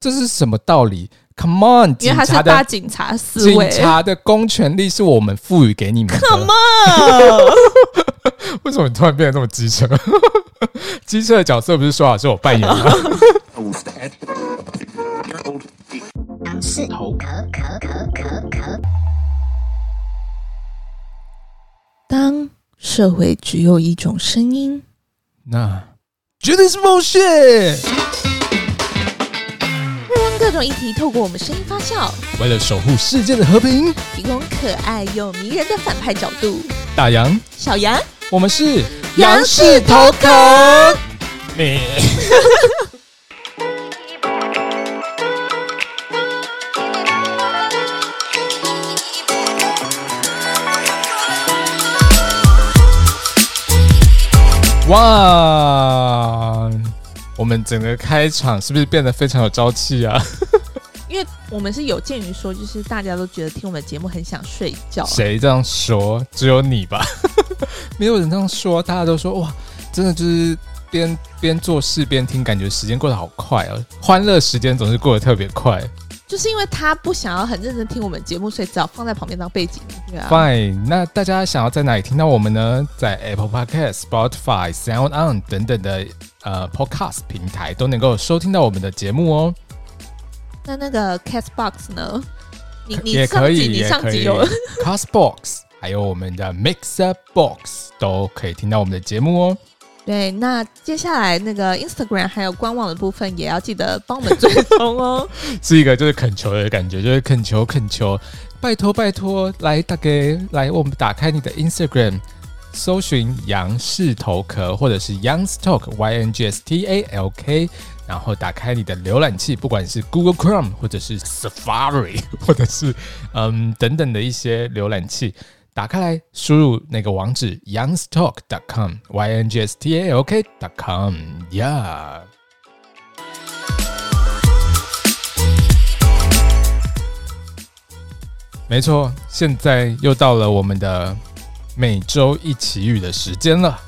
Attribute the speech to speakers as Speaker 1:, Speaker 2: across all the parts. Speaker 1: 这是什么道理？Come on，
Speaker 2: 因为
Speaker 1: 警
Speaker 2: 他是
Speaker 1: 察
Speaker 2: 大
Speaker 1: 的
Speaker 2: 警察思维
Speaker 1: 警。察的公权力是我们赋予给你们的。
Speaker 2: Come on，
Speaker 1: 为什么你突然变得这么机车？ 机车的角色不是说好是我扮演的？
Speaker 2: 当社会只有一种声音，
Speaker 1: 那绝对是 bullshit。
Speaker 2: 让各种议题透过我们声音发酵，
Speaker 1: 为了守护世界的和平，
Speaker 2: 提供可爱又迷人的反派角度。
Speaker 1: 大洋，
Speaker 2: 小杨，
Speaker 1: 我们是
Speaker 2: 杨氏头
Speaker 1: 壳。你哇！我们整个开场是不是变得非常有朝气啊？
Speaker 2: 因为我们是有鉴于说，就是大家都觉得听我们的节目很想睡觉，
Speaker 1: 谁这样说？只有你吧？啊 没有人这样说，大家都说哇，真的就是边边做事边听，感觉时间过得好快哦。欢乐时间总是过得特别快。
Speaker 2: 就是因为他不想要很认真听我们节目，所以只好放在旁边当背景音乐啊。
Speaker 1: Fine，那大家想要在哪里听到我们呢？在 Apple Podcast、Spotify、Sound On 等等的呃 Podcast 平台都能够收听到我们的节目哦。
Speaker 2: 那那个 Castbox 呢？你
Speaker 1: 也
Speaker 2: 你
Speaker 1: 可
Speaker 2: 上集
Speaker 1: 以，
Speaker 2: 你
Speaker 1: 也
Speaker 2: 上哦
Speaker 1: 可
Speaker 2: 集
Speaker 1: 以
Speaker 2: 有
Speaker 1: Castbox，还有我们的 Mixer Box 都可以听到我们的节目哦。
Speaker 2: 对，那接下来那个 Instagram 还有官网的部分也要记得帮我们 追踪哦。
Speaker 1: 是一个就是恳求的感觉，就是恳求恳求，拜托拜托，来大概来我们打开你的 Instagram，搜寻杨氏头壳或者是 Young's Talk Y N G S T A L K，然后打开你的浏览器，不管是 Google Chrome 或者是 Safari 或者是嗯等等的一些浏览器。打开来，输入那个网址 youngstalk.com y n g s t a l k.com yeah。没错，现在又到了我们的每周一奇遇的时间了。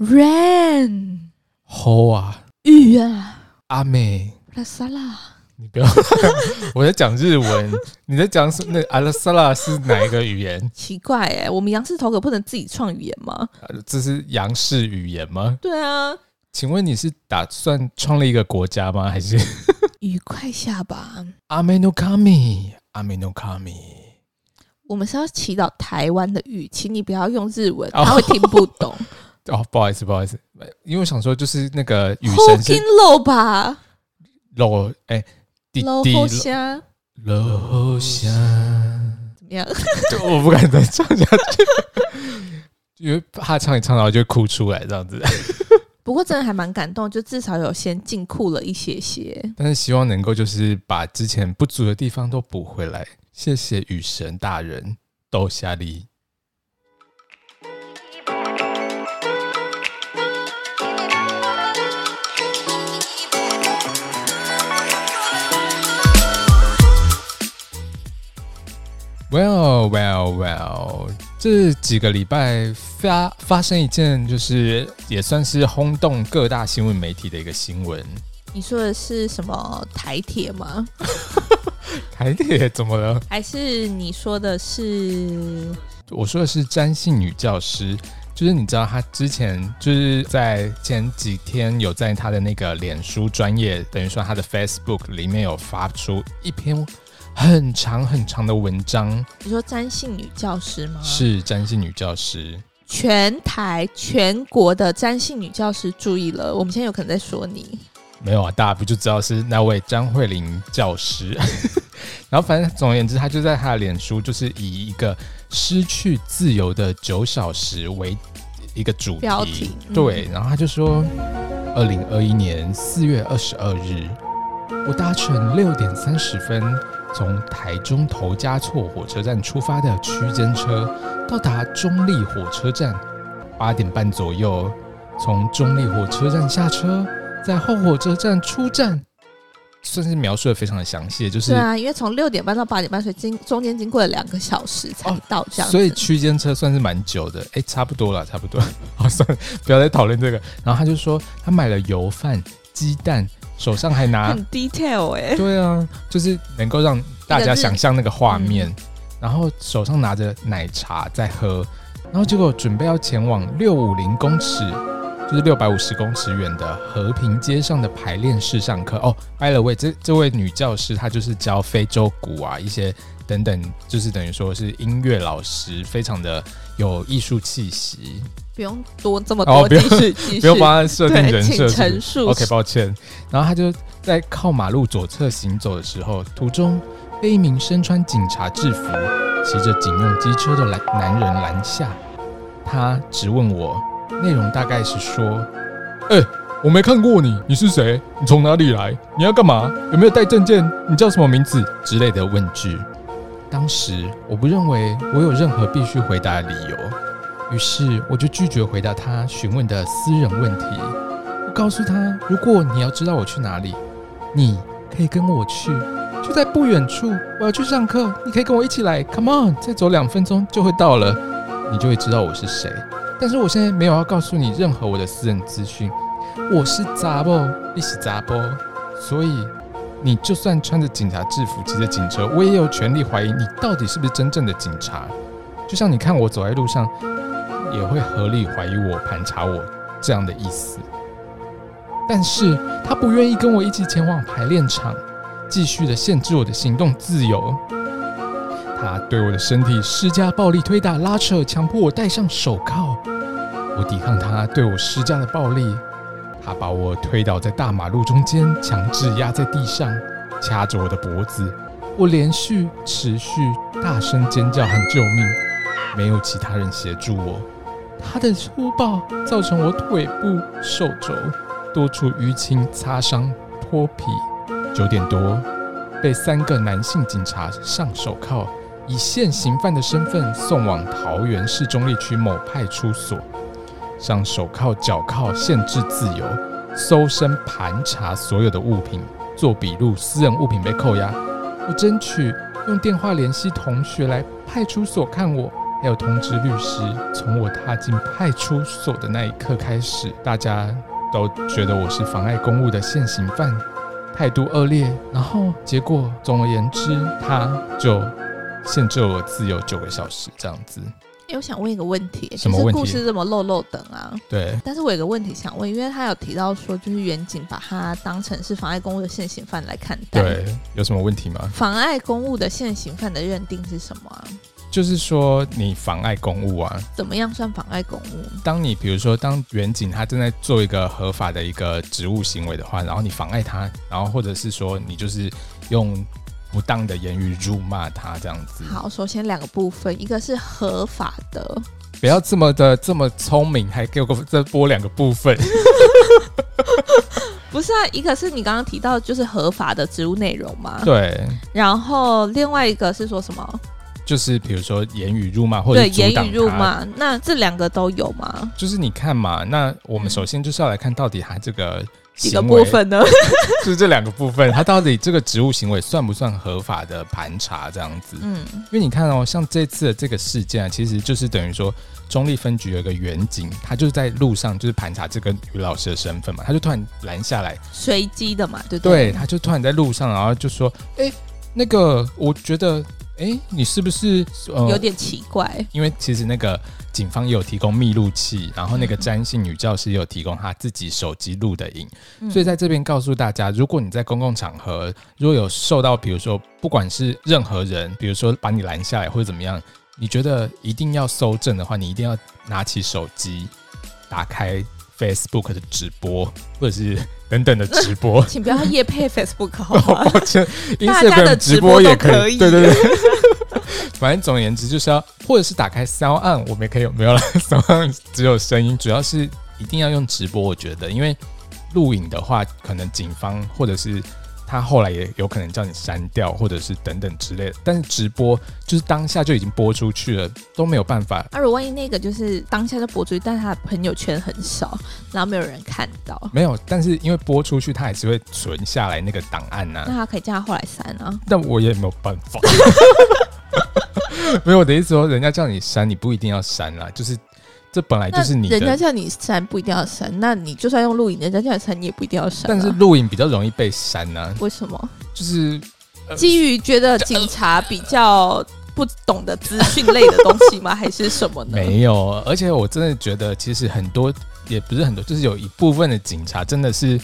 Speaker 2: Ran
Speaker 1: 吼啊，
Speaker 2: 玉啊，
Speaker 1: 阿美，
Speaker 2: 拉萨拉，
Speaker 1: 你不要， 我在讲日文，你在讲什那阿拉萨拉是哪一个语言？
Speaker 2: 奇怪哎、我们杨氏头可不能自己创语言吗？
Speaker 1: 呃这是洋式语言吗？
Speaker 2: 对啊，
Speaker 1: 请问你是打算创立一个国家吗？还是
Speaker 2: 愉快下吧。
Speaker 1: 阿美诺卡米？阿美诺卡米？
Speaker 2: 我们是要祈祷台湾的玉，请你不要用日文，
Speaker 1: 哦
Speaker 2: 他会听不懂。
Speaker 1: 哦，不好意思，不好意思，因为我想说，就是那个 雨
Speaker 2: h o
Speaker 1: 神
Speaker 2: k i
Speaker 1: 是
Speaker 2: n low 吧
Speaker 1: 楼哎、弟
Speaker 2: ，low
Speaker 1: 弟
Speaker 2: 后虾
Speaker 1: 楼下。
Speaker 2: 怎么样？
Speaker 1: 就我不敢再唱下去， 因为怕唱一唱然后就哭出来这样子。
Speaker 2: 不过真的还蛮感动，就至少有先进库了一些些。
Speaker 1: 但是希望能够就是把之前不足的地方都补回来。谢谢雨神大人，豆下力。Well, well, well，这几个礼拜发发生一件，就是也算是轰动各大新闻媒体的一个新闻。
Speaker 2: 你说的是什么台铁吗？
Speaker 1: 台铁怎么了？
Speaker 2: 还是你说的是
Speaker 1: 我说的是詹姓女教师，就是你知道她之前就是在前几天有在她的那个脸书专业，等于说她的 Facebook 里面有发出一篇很长很长的文章，
Speaker 2: 你说詹姓女教师吗？
Speaker 1: 是詹姓女教师。
Speaker 2: 全台全国的詹姓女教师注意了，我们现在有可能在说你。
Speaker 1: 没有啊，大家不就知道是那位张慧玲教师？ 然后反正总而言之，他就在他的脸书，就是以一个失去自由的九小时为一个主题，
Speaker 2: 标题嗯
Speaker 1: 对。然后他就说，二零二一年四月二十二日，我搭乘六点三十分从台中头家厝火车站出发的区间车，到达中立火车站，八点半左右从中立火车站下车，在后火车站出站，算是描述的非常的详细，就是
Speaker 2: 对啊，因为从六点半到八点半，所以经中间经过了两个小时才到这
Speaker 1: 哦
Speaker 2: 样子、
Speaker 1: 所以区间车算是蛮久的，哎、差不多了，差不多。 好，算了，不要再讨论这个。然后他就说他买了油饭、鸡蛋，手上还拿，
Speaker 2: 很 detail 哎、
Speaker 1: 对啊，就是能够让大家想象那个嗯画面。然后手上拿着奶茶在喝，然后结果准备要前往六五零公尺，就是六百五十公尺远的和平街上的排练室上课。哦，by the way，这这位女教师她就是教非洲鼓啊一些等等，就是等于说是音乐老师，非常的有艺术气息。
Speaker 2: 不用多这么
Speaker 1: 哦不
Speaker 2: 多，继
Speaker 1: 用
Speaker 2: 续 继
Speaker 1: 不
Speaker 2: 续
Speaker 1: 用。帮她设定
Speaker 2: 对，
Speaker 1: 人设
Speaker 2: 请
Speaker 1: 是不
Speaker 2: 陈
Speaker 1: 是
Speaker 2: 述。
Speaker 1: OK，抱歉。然后他就在靠马路左侧行走的时候，途中被一名身穿警察制服、骑着警用机车的男男人拦下。他质问我，内容大概是说：“哎、我没看过你，你是谁？你从哪里来？你要干嘛？有没有带证件？你叫什么名字？”之类的问句。当时我不认为我有任何必须回答的理由，于是我就拒绝回答他询问的私人问题。我告诉他，如果你要知道我去哪里，你可以跟我去，就在不远处，我要去上课，你可以跟我一起来，Come on，再走两分钟就会到了，你就会知道我是谁。但是我现在没有要告诉你任何我的私人资讯，我是杂波，你是杂波，所以你就算穿着警察制服骑着警车，我也有权利怀疑你到底是不是真正的警察。就像你看我走在路上，也会合理怀疑我、盘查我这样的意思。但是他不愿意跟我一起前往排练场，继续的限制我的行动自由。他对我的身体施加暴力推打、拉扯，强迫我戴上手铐。我抵抗他对我施加的暴力，他把我推倒在大马路中间，强制压在地上，掐着我的脖子。我连续持续大声尖叫喊救命，没有其他人协助我。他的粗暴造成我腿部、手肘多处淤青、擦伤、脱皮。九点多，被三个男性警察上手铐，以现行犯的身份送往桃园市中立区某派出所，上手铐、脚铐限制自由，搜身盘查所有的物品，做笔录，私人物品被扣押。我争取用电话联系同学来派出所看我，还有通知律师。从我踏进派出所的那一刻开始，大家都觉得我是妨碍公务的现行犯，态度恶劣。然后结果，总而言之，他就限制了我自由九个小时这样子。
Speaker 2: 诶我想问一个问题，
Speaker 1: 什
Speaker 2: 就
Speaker 1: 么
Speaker 2: 是
Speaker 1: 问题
Speaker 2: 故事这么漏漏等啊？
Speaker 1: 对，
Speaker 2: 但是我有个问题想问，因为他有提到说，就是远景把他当成是妨碍公务的现行犯来看待。
Speaker 1: 对，有什么问题吗？
Speaker 2: 妨碍公务的现行犯的认定是什么啊？
Speaker 1: 就是说你妨碍公务啊，
Speaker 2: 怎么样算妨碍公务？
Speaker 1: 当你比如说，当远景他正在做一个合法的一个职务行为的话，然后你妨碍他，然后或者是说你就是用不当的言语辱骂他这样子，
Speaker 2: 好，首先两个部分，一个是合法的，
Speaker 1: 不要这么的这么聪明，还给我再播两个部分。
Speaker 2: 不是啊，一个是你刚刚提到就是合法的职务内容嘛，
Speaker 1: 对，
Speaker 2: 然后另外一个是说什么？
Speaker 1: 就是比如说言语辱骂或者
Speaker 2: 对，
Speaker 1: 是
Speaker 2: 言
Speaker 1: 阻挡
Speaker 2: 语辱
Speaker 1: 他。
Speaker 2: 骂，那这两个都有吗？
Speaker 1: 就是你看嘛，那我们首先就是要来看到底他这个
Speaker 2: 嗯几个
Speaker 1: 行
Speaker 2: 部
Speaker 1: 为，
Speaker 2: 分呢？
Speaker 1: 就是这两个部分，他到底这个职务行为算不算合法的盘查这样子？
Speaker 2: 嗯，
Speaker 1: 因为你看哦，像这次的这个事件啊，其实就是等于说中立分局有一个远警，他就是在路上就是盘查这个女老师的身份嘛，他就突然拦下来，
Speaker 2: 随机的嘛，对不
Speaker 1: 对，他就突然在路上，然后就说：“哎、那个，我觉得，哎、你是不是呃
Speaker 2: 有点奇怪，
Speaker 1: 因为其实那个警方也有提供密录器，然后那个詹姓女教师也有提供她自己手机录的影，
Speaker 2: 嗯
Speaker 1: 所以在这边告诉大家，如果你在公共场合如果有受到，比如说不管是任何人，比如说把你拦下来或者怎么样，你觉得一定要搜证的话，你一定要拿起手机，打开 Facebook 的直播或者是等等的直播，
Speaker 2: 请不要夜配 Facebook 好吗？
Speaker 1: 抱歉
Speaker 2: 大家的
Speaker 1: ，Instagram
Speaker 2: 直
Speaker 1: 直
Speaker 2: 播
Speaker 1: 播
Speaker 2: 都
Speaker 1: 也
Speaker 2: 可以
Speaker 1: 以，对对对。 反正总而言之，就是要或者是打开 Sound On，我们也可以有没有了 Sound On 只有声音，主要是一定要用直播，我觉得，因为录影的话，可能警方或者是。他后来也有可能叫你删掉，或者是等等之类的。但是直播就是当下就已经播出去了，都没有办法。
Speaker 2: 啊，如果万一那个就是当下就博主，但他的朋友圈很少，然后没有人看到，
Speaker 1: 没有，但是因为播出去，他还是会存下来那个档案啊呐、
Speaker 2: 那他可以叫他后来删啊。
Speaker 1: 但我也没有办法。没有我的意思说，人家叫你删，你不一定要删啦，就是这本哎来就
Speaker 2: 那
Speaker 1: 是你
Speaker 2: 人家
Speaker 1: 的。
Speaker 2: 叫你删不一定要删，那你就算用录影，人家叫你删你也不一定要删啊、
Speaker 1: 但是录影比较容易被删呐、
Speaker 2: 为什么？
Speaker 1: 就是呃
Speaker 2: 基于觉得警察比较不懂得资讯类的东 西吗？还是什么呢？
Speaker 1: 没有，而且我真的觉得，其实很多也不是很多，就是有一部分的警察真的是，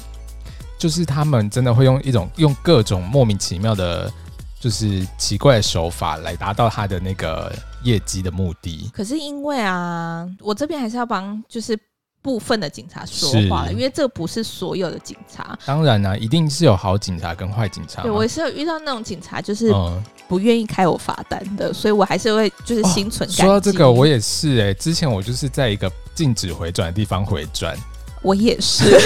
Speaker 1: 就是他们真的会用一种用各种莫名其妙的，就是奇怪的手法来达到他的那个业绩的目的。
Speaker 2: 可是因为啊，我这边还是要帮就是部分的警察说话了，
Speaker 1: 是
Speaker 2: 因为这不是所有的警察。
Speaker 1: 当然啊啦、一定是有好警察跟坏警察嘛。
Speaker 2: 对我也是有遇到那种警察，就是
Speaker 1: 嗯，
Speaker 2: 不愿意开我罚单的，所以我还是会就是心存感激。
Speaker 1: 哦说到这个，我也是哎、之前我就是在一个禁止回转的地方回转，
Speaker 2: 我 也是，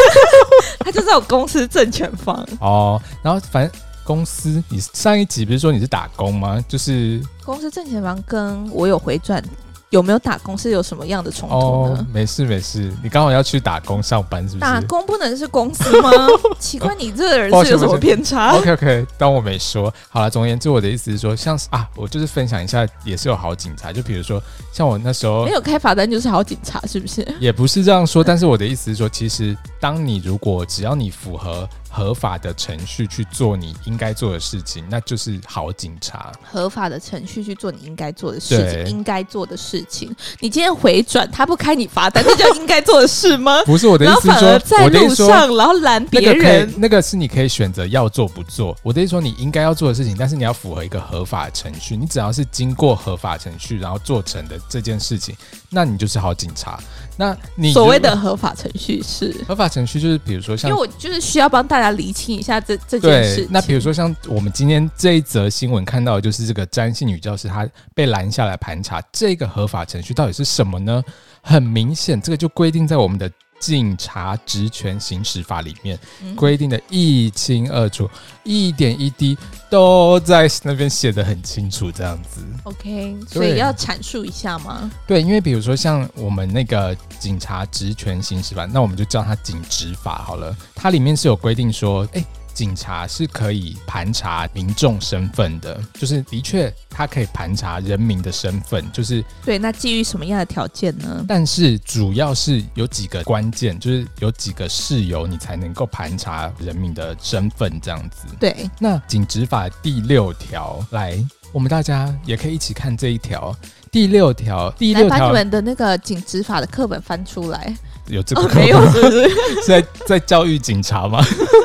Speaker 2: 他就在我公司正前方，
Speaker 1: 哦，然后反正公司，你上一集不是说你是打工吗？就是
Speaker 2: 公司正前方跟我有回转，有没有打工是有什么样的冲突呢？
Speaker 1: 哦，没事没事，你刚好要去打工上班是不
Speaker 2: 啊打
Speaker 1: 是
Speaker 2: 工不能是公司 吗？奇怪，你这个人是有什么偏差？
Speaker 1: ？OK OK，当我没说。好了，总而言之，我的意思是说，像是啊，我就是分享一下，也是有好警察，就比如说像我那时候
Speaker 2: 没有开罚单就是好警察，是不是？
Speaker 1: 也不是这样说，但是我的意思是说，其实当你如果只要你符合合法的程序去做你应该做的事情，那就是好警察。
Speaker 2: 合法的程序去做你应该做的事情，
Speaker 1: 对
Speaker 2: 应该做的事情。你今天回转，他不开你罚单，这叫应该做的事吗？
Speaker 1: 不是我的意
Speaker 2: 然后
Speaker 1: 思是
Speaker 2: 反
Speaker 1: 说，
Speaker 2: 而在
Speaker 1: 我的意
Speaker 2: 路
Speaker 1: 思说。
Speaker 2: 上，然后拦
Speaker 1: 那
Speaker 2: 别
Speaker 1: 个可
Speaker 2: 人
Speaker 1: 以，，那个是你可以选择要做不做。我的意思说，你应该要做的事情，但是你要符合一个合法程序。你只要是经过合法程序，然后做成的这件事情，那你就是好警察。那你
Speaker 2: 所谓
Speaker 1: 如果
Speaker 2: 的合法程序是，因
Speaker 1: 合法程序，就是比如说像
Speaker 2: 为我就是需要帮大家厘清一下这这件事
Speaker 1: 对
Speaker 2: 情，。
Speaker 1: 那比如说像我们今天这一则新闻看到的就是这个詹姓女教师她被拦下来盘查，这个合法程序到底是什么呢？很明显，这个就规定在我们的。警察职权行使法里面
Speaker 2: 嗯
Speaker 1: 规定的一清二楚，一点一滴都在那边写的很清楚，这样子。
Speaker 2: OK，所以
Speaker 1: 对
Speaker 2: 要阐述一下吗？
Speaker 1: 对，因为比如说像我们那个警察职权行使法，那我们就叫它警职法好了。它里面是有规定说，哎，警察是可以盘查民众身份的，就是的确他可以盘查人民的身份，就是
Speaker 2: 对，那基于什么样的条件呢？
Speaker 1: 但是主要是有几个关键，就是有几个事由你才能够盘查人民的身份这样子。
Speaker 2: 对，
Speaker 1: 那警执法第六条，来，我们大家也可以一起看这一条。第六条，第
Speaker 2: 来
Speaker 1: 六
Speaker 2: 把你
Speaker 1: 条
Speaker 2: 们的那个警执法的课本翻出来。
Speaker 1: 有这
Speaker 2: 哦
Speaker 1: 个，
Speaker 2: 没有，是不是？
Speaker 1: 是在在教育警察吗？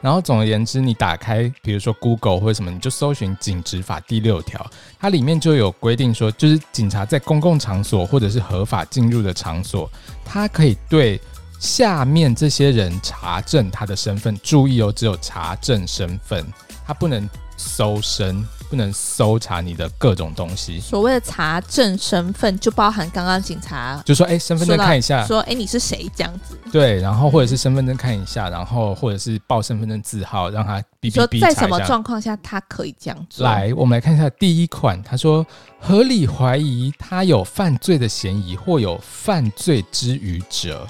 Speaker 1: 然后总而言之，你打开比如说 Google 或者什么，你就搜寻《警执法》第六条，它里面就有规定说，就是警察在公共场所或者是合法进入的场所，他可以对下面这些人查证他的身份。注意哦，只有查证身份，他不能搜身，不能搜查你的各种东西。
Speaker 2: 所谓的查证身份，就包含刚刚警察
Speaker 1: 就说哎、身份证
Speaker 2: 说到
Speaker 1: 看一下，
Speaker 2: 说：“哎、你是谁？”这样子。
Speaker 1: 对，然后或者是身份证看一下，然后或者是报身份证字号，让他哔哔
Speaker 2: 说
Speaker 1: 哔
Speaker 2: 在
Speaker 1: 查
Speaker 2: 什
Speaker 1: 一
Speaker 2: 么
Speaker 1: 下
Speaker 2: 状况下他可以这样做？
Speaker 1: 来，我们来看一下第一款，他说合理怀疑他有犯罪的嫌疑或有犯罪之余者，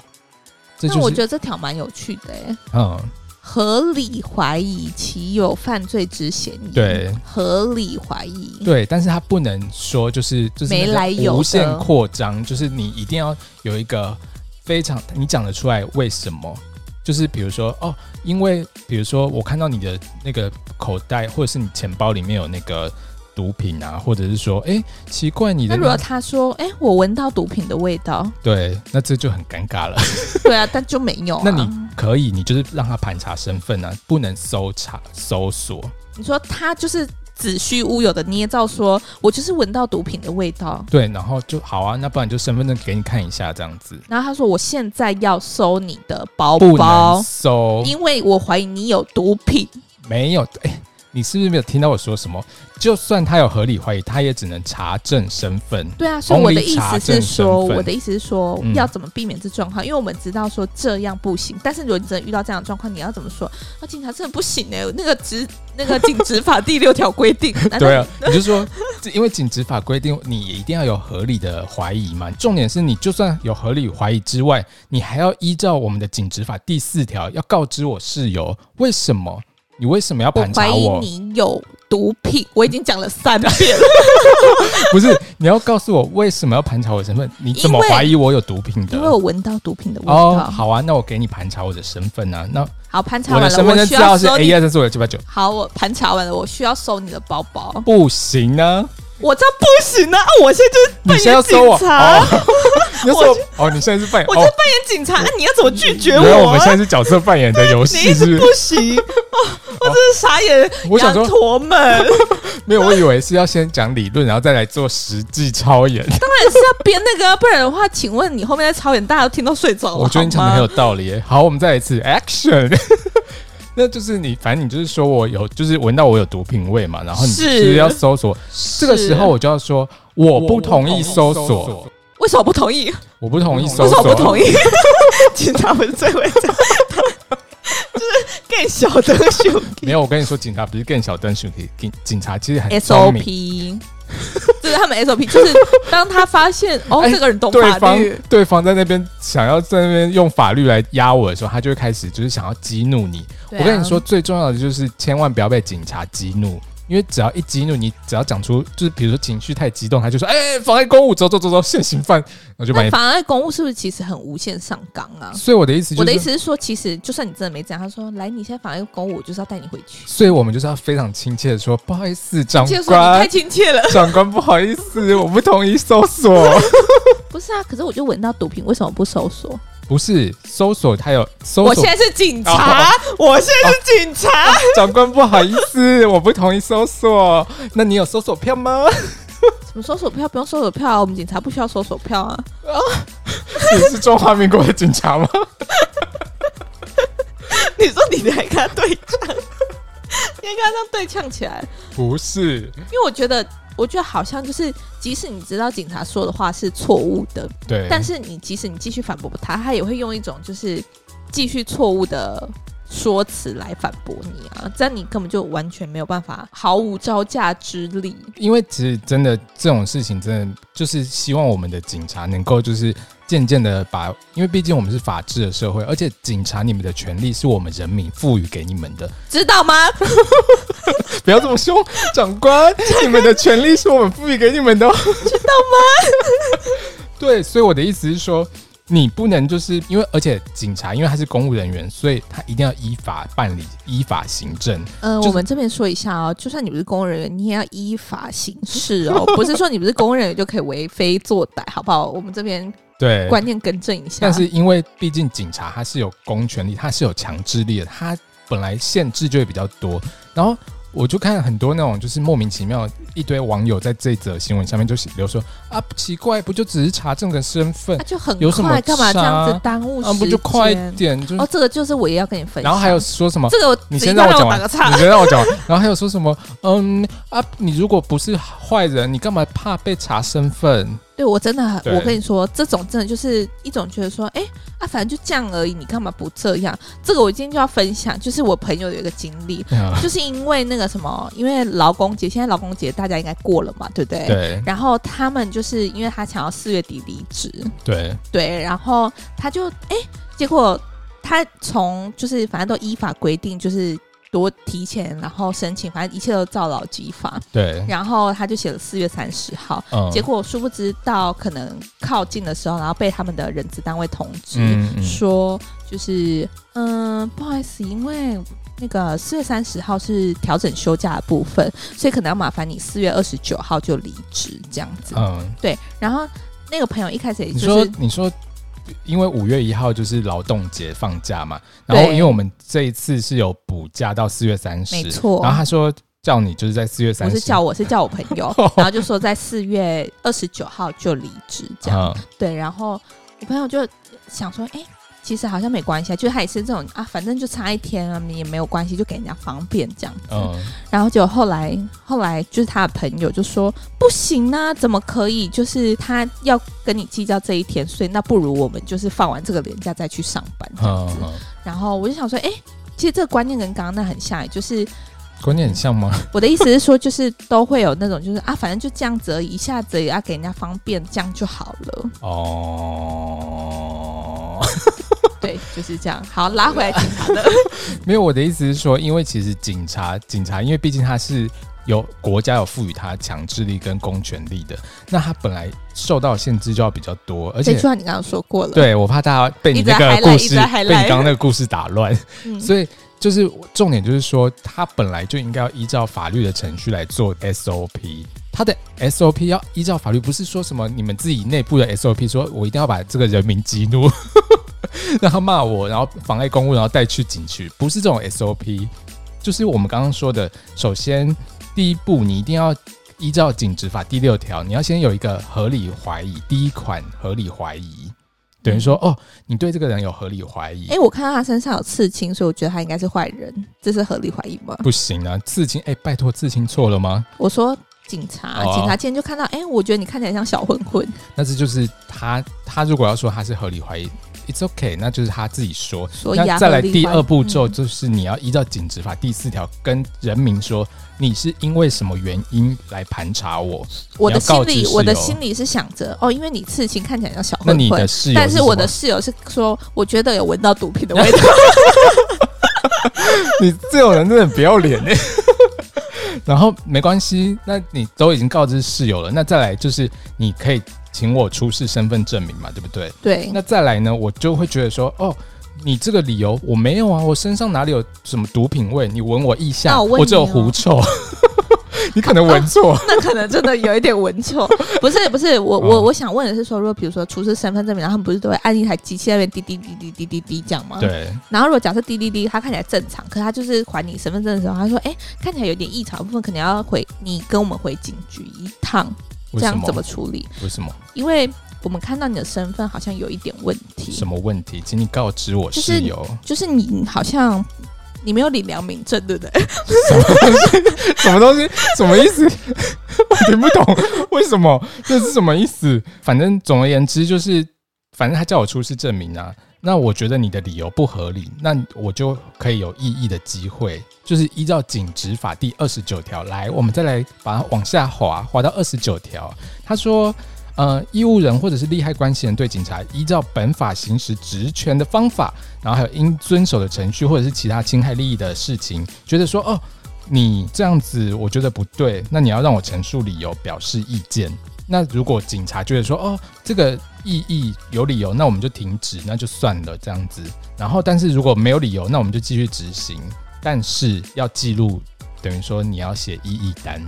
Speaker 1: 这
Speaker 2: 那
Speaker 1: 就
Speaker 2: 我
Speaker 1: 是
Speaker 2: 觉得这条蛮有趣的、欸，
Speaker 1: 嗯，
Speaker 2: 合理怀疑其有犯罪之嫌疑。
Speaker 1: 对，
Speaker 2: 合理怀疑。
Speaker 1: 对，但是他不能说就是就是
Speaker 2: 没
Speaker 1: 那个
Speaker 2: 来由的
Speaker 1: 无限扩张，就是你一定要有一个非常你讲得出来为什么。就是比如说哦，因为比如说我看到你的那个口袋或者是你钱包里面有那个毒品啊，或者是说哎、奇怪你
Speaker 2: 那
Speaker 1: 的
Speaker 2: 如果他说：“哎、我闻到毒品的味道。
Speaker 1: 对，那这就很尴尬了。”
Speaker 2: 对啊，但就没有、啊。
Speaker 1: 那你可以，你就是让他盘查身份啊，不能搜查搜索。
Speaker 2: 你说他就是子虚乌有的捏造说，我就是闻到毒品的味道。
Speaker 1: 对，然后就好啊，那不然就身份证给你看一下这样子，
Speaker 2: 然后他说：“我现在要搜你的包
Speaker 1: 不能
Speaker 2: 包，
Speaker 1: 搜。
Speaker 2: 因为我怀疑你有毒品。
Speaker 1: 没有，哎、你是不是没有听到我说什么？就算他有合理怀疑，他也只能查证身份。
Speaker 2: 对啊，所以我的
Speaker 1: Only
Speaker 2: 意
Speaker 1: 查
Speaker 2: 思
Speaker 1: 证
Speaker 2: 是说，
Speaker 1: 身份
Speaker 2: 我的意思是说
Speaker 1: 嗯，
Speaker 2: 要怎么避免这状况？因为我们知道说这样不行，但是如果你真的遇到这样的状况，你要怎么说？啊，警察真的不行哎、那个执那个禁止法第六条规 定，难道
Speaker 1: 对啊，你就说， 这因为警执法规定，你也一定要有合理的怀疑嘛。重点是你就算有合理怀疑之外，你还要依照我们的警执法第四条，要告知我事由。为什么？你为什么要
Speaker 2: 我
Speaker 1: 盘
Speaker 2: 怀
Speaker 1: 查
Speaker 2: 疑
Speaker 1: 我？啊
Speaker 2: 你有毒品，我已经讲了三遍了。
Speaker 1: 不是，你要告诉我为什么要盘查我的身份？你怎么
Speaker 2: 因为
Speaker 1: 怀疑我有毒品的
Speaker 2: 因为？我闻到毒品的味道。
Speaker 1: 哦，
Speaker 2: 好
Speaker 1: 好啊，那我给你盘查我的身份啊。那
Speaker 2: 盘查
Speaker 1: 我的
Speaker 2: 完了，
Speaker 1: 身份证资
Speaker 2: 需要
Speaker 1: 料是
Speaker 2: 收
Speaker 1: A
Speaker 2: 你。
Speaker 1: 一二三四五六七八九，
Speaker 2: 好，我盘查完了，我需要收你的包包。
Speaker 1: 不行啊！
Speaker 2: 我这样不行啊！啊我现在就是
Speaker 1: 你
Speaker 2: 扮
Speaker 1: 现在要
Speaker 2: 演
Speaker 1: 收我
Speaker 2: 警察，
Speaker 1: 哦， 你要收我哦，你现在是扮演
Speaker 2: 我
Speaker 1: 哦
Speaker 2: 就，扮演警察，啊你要怎么拒绝
Speaker 1: 原
Speaker 2: 我
Speaker 1: 来
Speaker 2: 啊？
Speaker 1: 我们现在是角色扮演的游
Speaker 2: 你
Speaker 1: 戏，
Speaker 2: 一
Speaker 1: 是不是
Speaker 2: 直不？ 行，哦我真是傻眼。
Speaker 1: 哦我想说
Speaker 2: 羊驼们，当
Speaker 1: 没有，我以为是要先讲理论，然后再来做实际操演。
Speaker 2: 然是要编那个啊，不然的话，请问你后面在操演，大家都听到睡着了，
Speaker 1: 我觉得你讲的
Speaker 2: 好
Speaker 1: 很有
Speaker 2: 吗
Speaker 1: 道理耶。好，我们再来一次 action。那就是你，反正你就是说我有，就是闻到我有毒品味嘛，然后你
Speaker 2: 是
Speaker 1: 是要搜索。这个时候我就要说，我不同意搜索，
Speaker 2: 为什么不同意？
Speaker 1: 我不同意
Speaker 2: 为
Speaker 1: 搜
Speaker 2: 什么
Speaker 1: 索，
Speaker 2: 不同意？ 警察们最会这样， 就是更小的 兄弟
Speaker 1: 没有，我跟你说，警察不是更小灯熊体，警警察其实很聪明。
Speaker 2: SOP。就是他们 SOP，就是当他发现哦，
Speaker 1: 哎
Speaker 2: 这个人懂
Speaker 1: 对
Speaker 2: 法
Speaker 1: 方
Speaker 2: 律，
Speaker 1: 对方在那边想要在那边用法律来压我的时候，他就会开始就是想要激怒你。
Speaker 2: 对啊
Speaker 1: 我跟你说，最重要的就是千万不要被警察激怒，因为只要一激怒，你只要讲出就是比如说情绪太激动，他就说：“哎、妨碍公务，走走走走，现行犯。”我就把
Speaker 2: 那
Speaker 1: 你。
Speaker 2: 妨碍公务是不是其实很无限上纲啊？
Speaker 1: 所以我的意思就是，
Speaker 2: 我的意思是说，其实就算你真的没这样，他说来，你现在妨碍公务，我就是要带你回 去。
Speaker 1: 所以我们就是要非常亲切的说：“不好意思，长
Speaker 2: 就是说你太
Speaker 1: 官，
Speaker 2: 亲切了，
Speaker 1: 长官不好意思，我不同意搜索。
Speaker 2: 不是啊？可是我就闻到毒品，为什么不搜索？”
Speaker 1: 不是搜索，他有搜
Speaker 2: 我
Speaker 1: 索
Speaker 2: 现。在是警察，我现在是警察。
Speaker 1: 长官不好意思，我不同意搜索。那你有搜索票吗？
Speaker 2: 什么搜索票？不用搜索票啊，我们警察不需要搜索票啊。
Speaker 1: 你是中华民国的警察吗？
Speaker 2: 你说你还跟他对呛，你还跟他这样对呛起来？
Speaker 1: 不是，
Speaker 2: 因为我觉得，我觉得好像就是，即使你知道警察说的话是错误的，
Speaker 1: 对，
Speaker 2: 但是你即使你继续反驳他，他也会用一种就是继续错误的说辞来反驳你啊，这样你根本就完全没有办法，毫无招架之力。
Speaker 1: 因为其实真的这种事情，真的就是希望我们的警察能够就是渐渐的把，因为毕竟我们是法治的社会，而且警察你们的权利是我们人民赋予给你们的，
Speaker 2: 知道吗？
Speaker 1: 不要这么凶，长官，你们的权利是我们赋予给你们的，知哦道吗？ 对，所以我的意思是说，你不能就是因为，而且警察因为他是公务人员，所以他一定要依法办理、依法行政。
Speaker 2: 呃，
Speaker 1: 就是
Speaker 2: 我们这边说一下哦，就算你不是公务人员，你也要依法行事哦，不是说你不是公务人员就可以为非作歹，好不好？我们这边
Speaker 1: 对，
Speaker 2: 观念更正一下。
Speaker 1: 但是因为毕竟警察他是有公权力，他是有强制力的，他本来限制就会比较多。然后我就看很多那种就是莫名其妙一堆网友在这则新闻下面就写留说啊奇怪，不就只是查证个身份
Speaker 2: 那、，就很
Speaker 1: 有什么
Speaker 2: 快，干嘛这样
Speaker 1: 差
Speaker 2: 子耽误时
Speaker 1: 啊
Speaker 2: 间？
Speaker 1: 不就快一点就是、
Speaker 2: 哦，这个就是我也要跟你分
Speaker 1: 嗯
Speaker 2: 享。
Speaker 1: 然后还有说什么？
Speaker 2: 这个我，
Speaker 1: 你先让我讲
Speaker 2: 打
Speaker 1: 完，
Speaker 2: 个岔
Speaker 1: 你。先让我讲完。然后还有说什么？嗯啊，你如果不是坏人，你干嘛怕被查身 份？
Speaker 2: 对我真的很，
Speaker 1: 对
Speaker 2: 我跟你说，这种真的就是一种觉得说，哎、啊，反正就这样而已，你干嘛不这样？这个我今天就要分享，就是我朋友有一个经历，
Speaker 1: 啊
Speaker 2: 就是因为那个什么，因为劳工节，现在劳工节大家应该过了嘛，对不对？。
Speaker 1: 对
Speaker 2: 然后他们就是因为他想要四月底离职，
Speaker 1: 对，
Speaker 2: 对，然后他就哎、结果他从就是反正都依法规定，就是多提前，然后申请，反正一切都照劳基法。
Speaker 1: 对，
Speaker 2: 然后他就写了四月三十号，
Speaker 1: 嗯
Speaker 2: 结果殊不知到可能靠近的时候，然后被他们的人资单位通知、
Speaker 1: 嗯嗯
Speaker 2: 说，就是嗯、不好意思，因为那个四月三十号是调整休假的部分，所以可能要麻烦你四月二十九号就离职这样子。
Speaker 1: 嗯。
Speaker 2: 对，然后那个朋友一开始也
Speaker 1: 你
Speaker 2: 就
Speaker 1: 说
Speaker 2: 是，
Speaker 1: 你说，因为五月一号就是劳动节放假嘛，然后
Speaker 2: 对
Speaker 1: 因为我们这一次是有补假到四月三十，
Speaker 2: 没错
Speaker 1: 然后他说叫你就是在四月
Speaker 2: 不
Speaker 1: 三十，，
Speaker 2: 是叫我是叫我朋友 然后就说在四月二十九号就离职这样。
Speaker 1: 嗯
Speaker 2: 对，然后我朋友就想说，哎、其实好像没关系啊，就是他也是这种啊，反正就差一天啊，也没有关系，就给人家方便这样子。
Speaker 1: 嗯，
Speaker 2: 然后就后来后来就是他的朋友就说不行啊，怎么可以？就是他要跟你计较这一天，所以那不如我们就是放完这个年假再去上班这样子。
Speaker 1: 嗯嗯
Speaker 2: 然后我就想说，哎、其实这个观念跟刚刚那很像、欸就是
Speaker 1: 观念很像吗？
Speaker 2: 我的意思是说，就是都会有那种，就是啊，反正就这样子而已，一下子也要给人家方便，这样就好了。
Speaker 1: 哦，
Speaker 2: 对，就是这样。好，拉回来警察的，
Speaker 1: 没有，我的意思是说，因为其实警察，警察，因为毕竟他是有国家有赋予他强制力跟公权力的，那他本来受到限制就要比较多，而
Speaker 2: 这
Speaker 1: 且
Speaker 2: 句话你刚刚说过了。，
Speaker 1: 对我怕大家被你
Speaker 2: 一直
Speaker 1: 那个
Speaker 2: highlight，
Speaker 1: 故
Speaker 2: 一
Speaker 1: 事
Speaker 2: 直，highlight
Speaker 1: 被你刚刚那个故事打乱，
Speaker 2: 嗯
Speaker 1: 所以就是重点就是说，他本来就应该要依照法律的程序来做 SOP。他的 SOP 要依照法律，不是说什么你们自己内部的 SOP，说我一定要把这个人民激怒， 让他骂我，然后妨碍公务，然后带去警局，不是这种 SOP。就是我们刚刚说的，首先第一步，你一定要依照《警执法》第六条，你要先有一个合理怀疑，第一款合理怀疑，等于说哦，你对这个人有合理怀疑
Speaker 2: 哎、，我看到他身上有刺青，所以我觉得他应该是坏人，这是合理怀疑吗？
Speaker 1: 不行啊，刺青，哎、拜托，刺青错了吗？
Speaker 2: 我说警察，
Speaker 1: 哦
Speaker 2: 警察今天就看到，哎、我觉得你看起来像小混混，
Speaker 1: 那这就是他，他如果要说他是合理怀疑，it's okay，那就是他自己说。
Speaker 2: 所以啊，
Speaker 1: 那再来
Speaker 2: 合理怀疑
Speaker 1: 第二步骤
Speaker 2: 嗯
Speaker 1: 就是你要依照《警执法》第四条跟人民说，你是因为什么原因来盘查我？
Speaker 2: 我的
Speaker 1: 你要告
Speaker 2: 心
Speaker 1: 知
Speaker 2: 里
Speaker 1: 室，友
Speaker 2: 我的心里是想着，哦，因为你刺青看起来像小
Speaker 1: 那
Speaker 2: 混
Speaker 1: 你
Speaker 2: 混
Speaker 1: 的，室友
Speaker 2: 但
Speaker 1: 是
Speaker 2: 是
Speaker 1: 什么
Speaker 2: 我的室友是说，我觉得有闻到毒品 的味 道。
Speaker 1: 你这种人真的很不要脸哎、 然后没关系，那你都已经告知室友了，那再来就是你可以请我出示身份证明嘛，对不对？
Speaker 2: 对，
Speaker 1: 那再来呢，我就会觉得说，哦，你这个理由我没有啊，我身上哪里有什么毒品味？你闻我腋下，
Speaker 2: 那我问
Speaker 1: 只有
Speaker 2: 你哦
Speaker 1: 狐臭， 你可能闻错。
Speaker 2: 那可能真的有一点闻 错。不是不是，我我
Speaker 1: 哦
Speaker 2: 我想问的是说，如果比如说出示身份证明，然后他们不是都会按一台机器在那边滴滴滴滴滴滴滴这样吗？。
Speaker 1: 对，
Speaker 2: 然后如果假设滴滴滴，他看起来正常，可是他就是还你身份证的时候，他说：“哎、看起来有点异常的部分，可能要回你跟我们回警局一趟，
Speaker 1: 为
Speaker 2: 这
Speaker 1: 什
Speaker 2: 样
Speaker 1: 么？
Speaker 2: 怎么处理？
Speaker 1: 为什么？
Speaker 2: 因为我们看到你的身份好像有一点问题，
Speaker 1: 什么问题？请你告知我
Speaker 2: 就是
Speaker 1: 室友。
Speaker 2: 就是你好像你没有领良民证，对不对？
Speaker 1: 什么东西？什么东西？什么意思？我听不懂，为什么？这是什么意思？反正总而言之，就是反正他叫我出示证明啊。那我觉得你的理由不合理，那我就可以有异议的机会，就是依照《警执法》第二十九条来，我们再来把它往下滑，滑到二十九条。他说，呃，义务人或者是利害关系人对警察依照本法行使职权的方法，然后还有应遵守的程序或者是其他侵害利益的事情，觉得说，哦，你这样子我觉得不对，那你要让我陈述理由，表示意见。那如果警察觉得说，哦，这个异议有理由，那我们就停止，那就算了这样子。然后，但是如果没有理由，那我们就继续执行，但是要记录，等于说你要写异议单，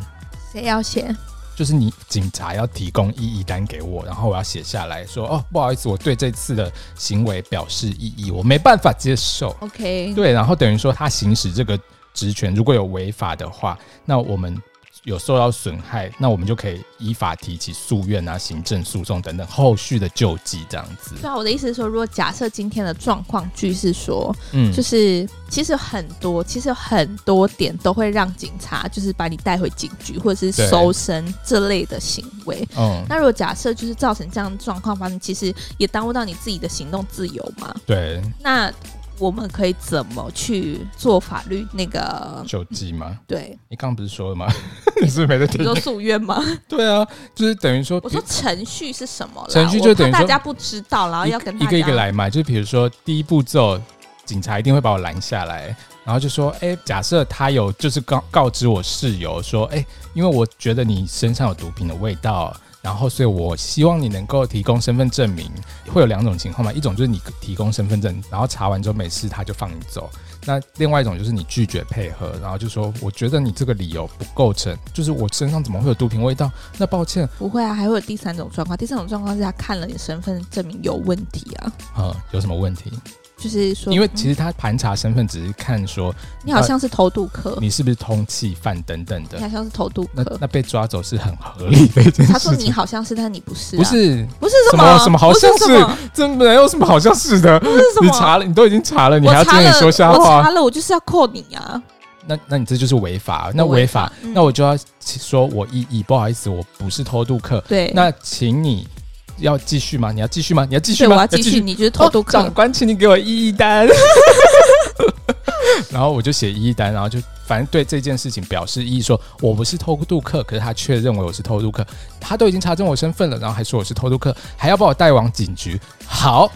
Speaker 2: 谁要写？
Speaker 1: 就是你警察要提供异议单给我，然后我要写下来说，哦，不好意思，我对这次的行为表示异议，我没办法接受。
Speaker 2: OK，
Speaker 1: 对，然后等于说他行使这个职权，如果有违法的话，那我们有受到损害，那我们就可以依法提起诉愿啊、行政诉讼等等后续的救济这样子。
Speaker 2: 对啊，我的意思是说，如果假设今天的状况剧是说，
Speaker 1: 嗯，
Speaker 2: 就是其实很多，其实很多点都会让警察就是把你带回警局或者
Speaker 1: 对
Speaker 2: 是搜身这类的行为。
Speaker 1: 嗯，
Speaker 2: 那如果假设就是造成这样的状况发生，其实也耽误到你自己的行动自由嘛。
Speaker 1: 对，
Speaker 2: 那我们可以怎么去做法律那个？
Speaker 1: 救济嘛，
Speaker 2: 对，
Speaker 1: 你刚刚不是说了吗？ 你是不是没在
Speaker 2: 你
Speaker 1: 听
Speaker 2: 说？诉愿吗？
Speaker 1: 对啊，就是等于说，
Speaker 2: 我说程序是什么啦？
Speaker 1: 程序就等于
Speaker 2: 我怕大
Speaker 1: 说
Speaker 2: 家不知道，然后
Speaker 1: 一
Speaker 2: 要跟
Speaker 1: 一
Speaker 2: 大家
Speaker 1: 个一个。来嘛，就是比如说第一步骤，警察一定会把我拦下来，然后就说，哎、假设他有就是告告知我室友说，哎、因为我觉得你身上有毒品的味道。然后，所以我希望你能够提供身份证明，会有两种情况嘛，一种就是你提供身份证，然后查完之后没事，他就放你走；那另外一种就是你拒绝配合，然后就说我觉得你这个理由不构成，就是我身上怎么会有毒品味道？那抱歉，
Speaker 2: 不会啊，还会有第三种状况。第三种状况是他看了你身份证明有问题啊，
Speaker 1: 呃，有什么问题？
Speaker 2: 就是说，嗯
Speaker 1: 因为其实他盘查身份只是看说
Speaker 2: 你好像是偷渡客
Speaker 1: 呃，你是不是通缉犯等等
Speaker 2: 你
Speaker 1: 的，
Speaker 2: 好像是偷渡
Speaker 1: 那
Speaker 2: 客。
Speaker 1: 那被抓走是很合理的一件事情。
Speaker 2: 他说你好像是，啊但你不是、啊，
Speaker 1: 不是
Speaker 2: 不是
Speaker 1: 什
Speaker 2: 么
Speaker 1: 什么好像
Speaker 2: 不是什么，
Speaker 1: 这没有什么好像是的，
Speaker 2: 不是什么
Speaker 1: 你查了，你都已经查 了，你
Speaker 2: 我
Speaker 1: 还要
Speaker 2: 查
Speaker 1: 睁眼
Speaker 2: 了
Speaker 1: 说瞎
Speaker 2: 我
Speaker 1: 话
Speaker 2: 查，了，我就是要扣你啊！
Speaker 1: 那那你这就是违法，那
Speaker 2: 我
Speaker 1: 违
Speaker 2: 违
Speaker 1: 法
Speaker 2: 法，嗯
Speaker 1: 那我就要说我异议，不好意思，我不是偷渡客，
Speaker 2: 对，
Speaker 1: 那请你要继续吗？你要继续吗？你要继续
Speaker 2: 对
Speaker 1: 吗？
Speaker 2: 我要
Speaker 1: 你
Speaker 2: 继续，。你就是偷
Speaker 1: 哦
Speaker 2: 渡，客。
Speaker 1: 长官，请你给我异议单。 然后我就写异议单，然后就反正对这件事情表示异议，说我不是偷渡客，可是他却认为我是偷渡客，他都已经查证我身份了，然后还说我是偷渡客，还要把我带往警局。好，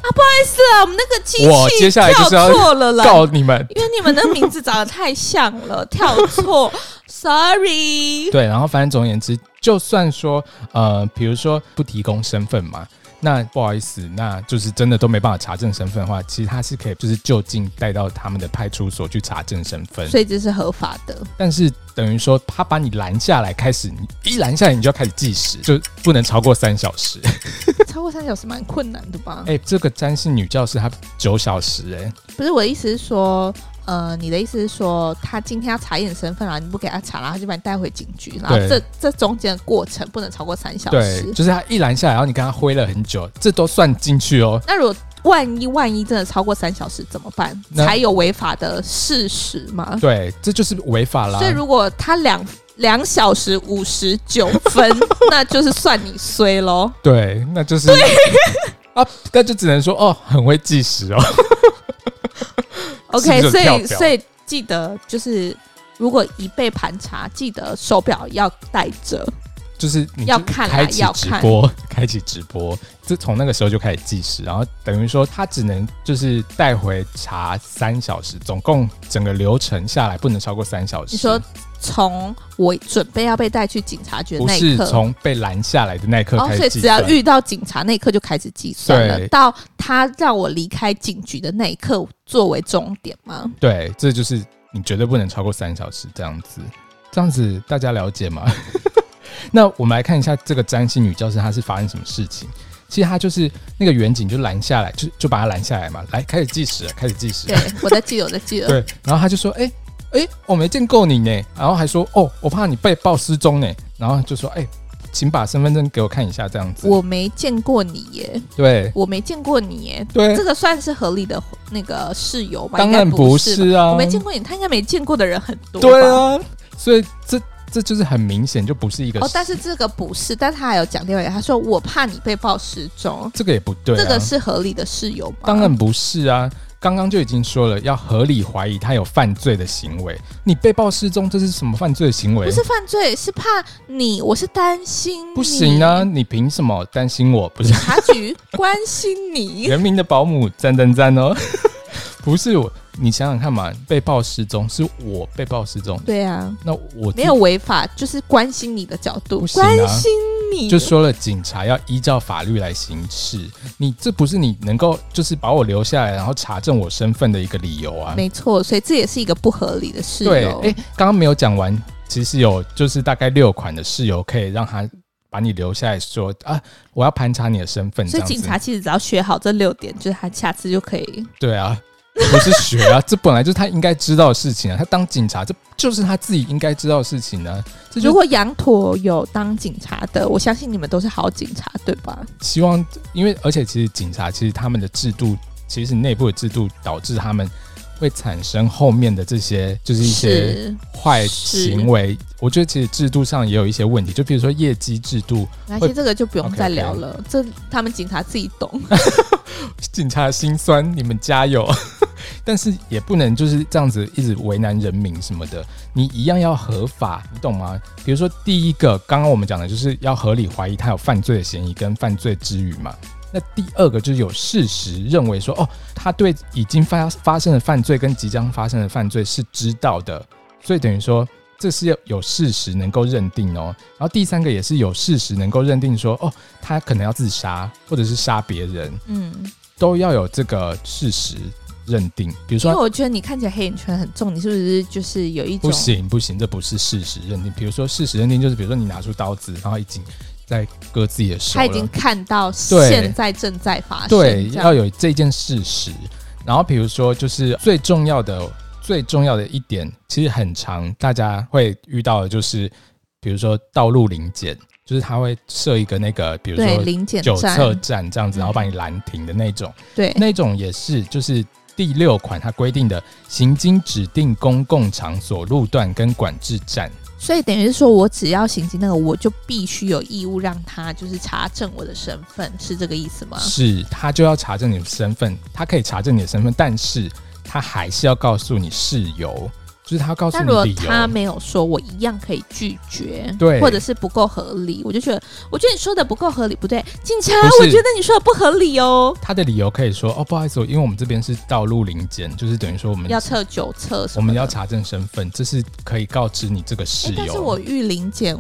Speaker 2: 是啊，我们那个机
Speaker 1: 我接
Speaker 2: 器
Speaker 1: 下来
Speaker 2: 跳
Speaker 1: 就是要
Speaker 2: 错了啦，
Speaker 1: 告你们。
Speaker 2: 因为你们的名字长得太像了，跳错，sorry。
Speaker 1: 对，然后反正总而言之，就算说呃，比如说不提供身份嘛，那不好意思，那就是真的都没办法查证身份的话，其实他是可以就是就近带到他们的派出所去查证身份，
Speaker 2: 所以这是合法的，
Speaker 1: 但是等于说他把你拦下来，开始你一拦下来你就要开始计时，就不能超过三小 时。
Speaker 2: 超过三小时蛮困难的吧？
Speaker 1: 哎、这个詹姓女教师她九小时哎、
Speaker 2: 不是我的意思是说，呃，你的意思是说，他今天要查验身份了，你不给他查，然后他就把你带回警局，然后
Speaker 1: 对
Speaker 2: 这这中间的过程不能超过三小
Speaker 1: 对，
Speaker 2: 时。
Speaker 1: 就是她一拦下来，然后你跟她挥了很久，这都算进去 哦。
Speaker 2: 那如果万一万一真的超过三小时怎么办？
Speaker 1: 那
Speaker 2: 才有违法的事实吗？
Speaker 1: 对，这就是违法啦
Speaker 2: 所。以如果他两两小时五十九 分，那就是算你衰喽。
Speaker 1: 对，那就是 啊，那就只能说哦，很会计时哦。是不
Speaker 2: OK，
Speaker 1: 是
Speaker 2: 所
Speaker 1: 很跳
Speaker 2: 以
Speaker 1: 表
Speaker 2: 所以记得就是。如果一被盘查，记得手表要带着。
Speaker 1: 就是你
Speaker 2: 要
Speaker 1: 就
Speaker 2: 看啦
Speaker 1: 开启
Speaker 2: 要
Speaker 1: 直
Speaker 2: 看
Speaker 1: 播， 开启直播，这从那个时候就开始计时，然后等于说他只能就是带回查三小时，总共整个流程下来不能超过三小时。
Speaker 2: 你说从我准备要被带去警察局的
Speaker 1: 不
Speaker 2: 那一
Speaker 1: 是
Speaker 2: 刻，
Speaker 1: 从被拦下来的那一刻
Speaker 2: 哦，
Speaker 1: 开
Speaker 2: 所以
Speaker 1: 始计
Speaker 2: 只
Speaker 1: 算，
Speaker 2: 要遇到警察那一刻就开始计算
Speaker 1: 对
Speaker 2: 了，到他让我离开警局的那一刻作为终点吗？
Speaker 1: 对，这就是你绝对不能超过三小时这样子。这样子大家了解吗？ 那我们来看一下这个占星女教师她是发生什么事情。其实她就是那个远景就拦下来，就就把她拦下来嘛，来开始计时了，开始计时了
Speaker 2: 对，我在记得，我在记得。
Speaker 1: 对，然后他就说：“哎、哎、我没见过你呢。”然后还说：“哦，我怕你被报失踪呢。”然后就说：“哎、请把身份证给我看一下，这样子。
Speaker 2: 我没见过你耶，”
Speaker 1: 对
Speaker 2: 我没见过你耶，
Speaker 1: 对
Speaker 2: 这，个算是合理的那个室友吗？
Speaker 1: 当然
Speaker 2: 应该不吧
Speaker 1: 是啊，
Speaker 2: 我没见过你，他应该没见过的人很多。
Speaker 1: 对。啊，所以这这就是很明显，就不是一个
Speaker 2: 哦，但是这个不是，但他还有讲另外一个，他说我怕你被报失踪，
Speaker 1: 这个也不对、啊，
Speaker 2: 这个是合理的室友吗？
Speaker 1: 当然不是啊。刚刚就已经说了，要合理怀疑他有犯罪的行为。你被报失踪，这是什么犯罪的行为？
Speaker 2: 不是犯罪，是怕你，我是担心你
Speaker 1: 不行啊！！你凭什么担心我？不是
Speaker 2: 察局关心 你，
Speaker 1: 人民的保姆，赞赞赞哦！ 不是我，你想想看嘛，被报失踪是我被报失踪，
Speaker 2: 对啊，
Speaker 1: 那我自
Speaker 2: 没有违法，就是关心你的角度，
Speaker 1: 不行啊
Speaker 2: 关心你，
Speaker 1: 就说了，警察要依照法律来行事，你这不是你能够就是把我留下来，然后查证我身份的一个理由啊。
Speaker 2: 没错，所以这也是一个不合理的事哦
Speaker 1: 对，
Speaker 2: 由。
Speaker 1: 哎、刚刚没有讲完，其实有就是大概六款的事由可以让他把你留下来说啊，我要盘查你的身份，这
Speaker 2: 所以
Speaker 1: 样子。
Speaker 2: 警察其实只要学好这六点，就是他下次就可以。
Speaker 1: 对啊，不是学啊，这本来就是他应该知道的事情啊。他当警察，这就是他自己应该知道的事情呢、啊。这
Speaker 2: 如
Speaker 1: 就
Speaker 2: 果羊驼有当警察的，我相信你们都是好警察，对吧？
Speaker 1: 希望，因为而且其实警察其实他们的制度，其实内部的制度导致他们会产生后面的这些就是一些
Speaker 2: 是，
Speaker 1: 坏
Speaker 2: 是
Speaker 1: 行为。我觉得其实制度上也有一些问题，就比如说业绩制度，
Speaker 2: 而且这个就不用
Speaker 1: OK，OK
Speaker 2: 再聊了这他们警察自己懂。
Speaker 1: 警察的辛酸，你们加油。 但是也不能就是这样子一直为难人民什么的，你一样要合法，你懂吗？比如说第一个，刚刚我们讲的就是要合理怀疑他有犯罪的嫌疑跟犯罪之余嘛。那第二个就是有事实认为说，哦，他对已经发发生的犯罪跟即将发生的犯罪是知道的，所以等于说这是有事实能够认定哦。然后第三个也是有事实能够认定说，哦，他可能要自杀或者是杀别人，
Speaker 2: 嗯，
Speaker 1: 都要有这个事实认定。比如
Speaker 2: 因为
Speaker 1: 说，
Speaker 2: 我觉得你看起来黑眼圈很重，你是不是就是有一
Speaker 1: 不
Speaker 2: 种
Speaker 1: 行不行，这不是事实认定。比如说，事实认定就是，比如说你拿出刀子，然后已经在割自己的手
Speaker 2: 他已经
Speaker 1: 了。
Speaker 2: 看到
Speaker 1: 对
Speaker 2: 现在正在发生，
Speaker 1: 对，
Speaker 2: 这样
Speaker 1: 要有这件事实。然后比如说，就是最重要的、最重要的一点，其实很长，大家会遇到的就是，比如说道路临检，就是他会设一个那个，比如
Speaker 2: 对，
Speaker 1: 说
Speaker 2: 零检
Speaker 1: 九测
Speaker 2: 站，
Speaker 1: 站这样子，然后把你拦停的那种，
Speaker 2: 对，
Speaker 1: 那种也是就是。第六款它规定的行经指定公共场所、路段跟管制站，
Speaker 2: 所以等于是说我只要行经那个，我就必须有义务让他就是查证我的身份，是这个意思吗？
Speaker 1: 是他就要查证你的身份，他可以查证你的身份，但是他还是要告诉你事由，就是他要告诉
Speaker 2: 但
Speaker 1: 你
Speaker 2: 如果
Speaker 1: 理由。
Speaker 2: 他没有说，我一样可以拒绝，
Speaker 1: 对
Speaker 2: 或者是不够合理，我就觉得，我觉得你说的不够合理，不对，警察
Speaker 1: 不，是
Speaker 2: 我觉得你说的不合理哦，
Speaker 1: 他的理由可以说哦，不好意思，因为我们这边是道路临检，就是等于说我们
Speaker 2: 要测酒测什
Speaker 1: 我
Speaker 2: 么的，
Speaker 1: 们要查证身份，这是可以告知你这个事由。
Speaker 2: 诶但是我遇零检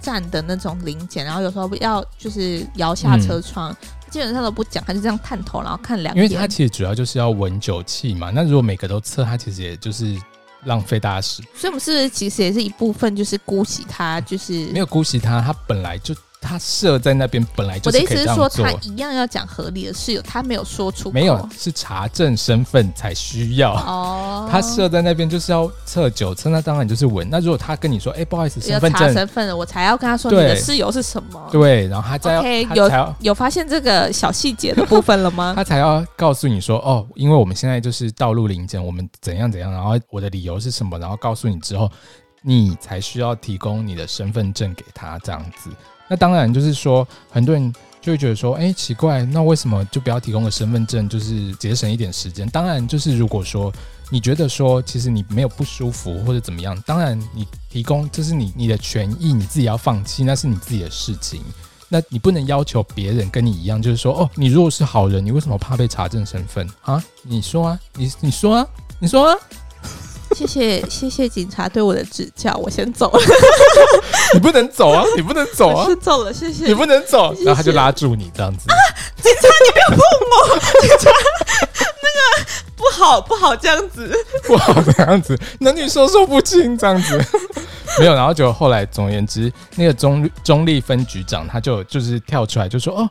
Speaker 2: 站的那种零检，然后有时候要就是摇下车窗，基本上都不讲，他就这样探头，然后看两
Speaker 1: 嗯因为
Speaker 2: 眼。
Speaker 1: 他其实主要就是要闻酒气嘛，那如果每个都测，他其实也就是浪费大家时，
Speaker 2: 所以我们是不是其实也是一部分，就是姑息他，就是
Speaker 1: 没有姑息他，他本来就他设在那边本来就
Speaker 2: 我的
Speaker 1: 是
Speaker 2: 意
Speaker 1: 可以
Speaker 2: 思是
Speaker 1: 这
Speaker 2: 说，
Speaker 1: 样做
Speaker 2: 他。一样要讲合理的事由，他没有说出口
Speaker 1: 没有，是查证身份才需要。
Speaker 2: 哦，
Speaker 1: 他设在那边就是要测酒测，那当然就是闻。那如果他跟你说，哎、不好意思，身
Speaker 2: 要
Speaker 1: 份
Speaker 2: 查
Speaker 1: 证，
Speaker 2: 身份了，我才要跟他说你
Speaker 1: 对
Speaker 2: 的事由是什么。
Speaker 1: 对，然后他再要
Speaker 2: OK，
Speaker 1: 他才要
Speaker 2: 有发现这个小细节的部分了吗？
Speaker 1: 他才要告诉你说，哦，因为我们现在就是道路临检，我们怎样怎样，然后我的理由是什么，然后告诉你之后，你才需要提供你的身份证给他这样子。那当然就是说，很多人就会觉得说，哎、奇怪，那为什么就不要提供个身份证，就是节省一点时间？当然，就是如果说你觉得说，其实你没有不舒服或者怎么样，当然你提供这是你你的权益，你自己要放弃，那是你自己的事情。那你不能要求别人跟你一样，就是说，哦，你如果是好人，你为什么怕被查证身份啊？你说啊，你你说啊，你说啊，
Speaker 2: 谢谢谢谢警察对我的指教，我先走了，
Speaker 1: 你不能走啊， 你不能走
Speaker 2: 我
Speaker 1: 啊，
Speaker 2: 先走了，谢谢
Speaker 1: 你。不能走，
Speaker 2: 谢
Speaker 1: 然后他就拉住你这样子。
Speaker 2: 不好不好这样子，
Speaker 1: 不好这样子，男女授受不亲这样子。 没有，然后就后来，总而言之，那个中中立分局长他就就是跳出来就说，哦，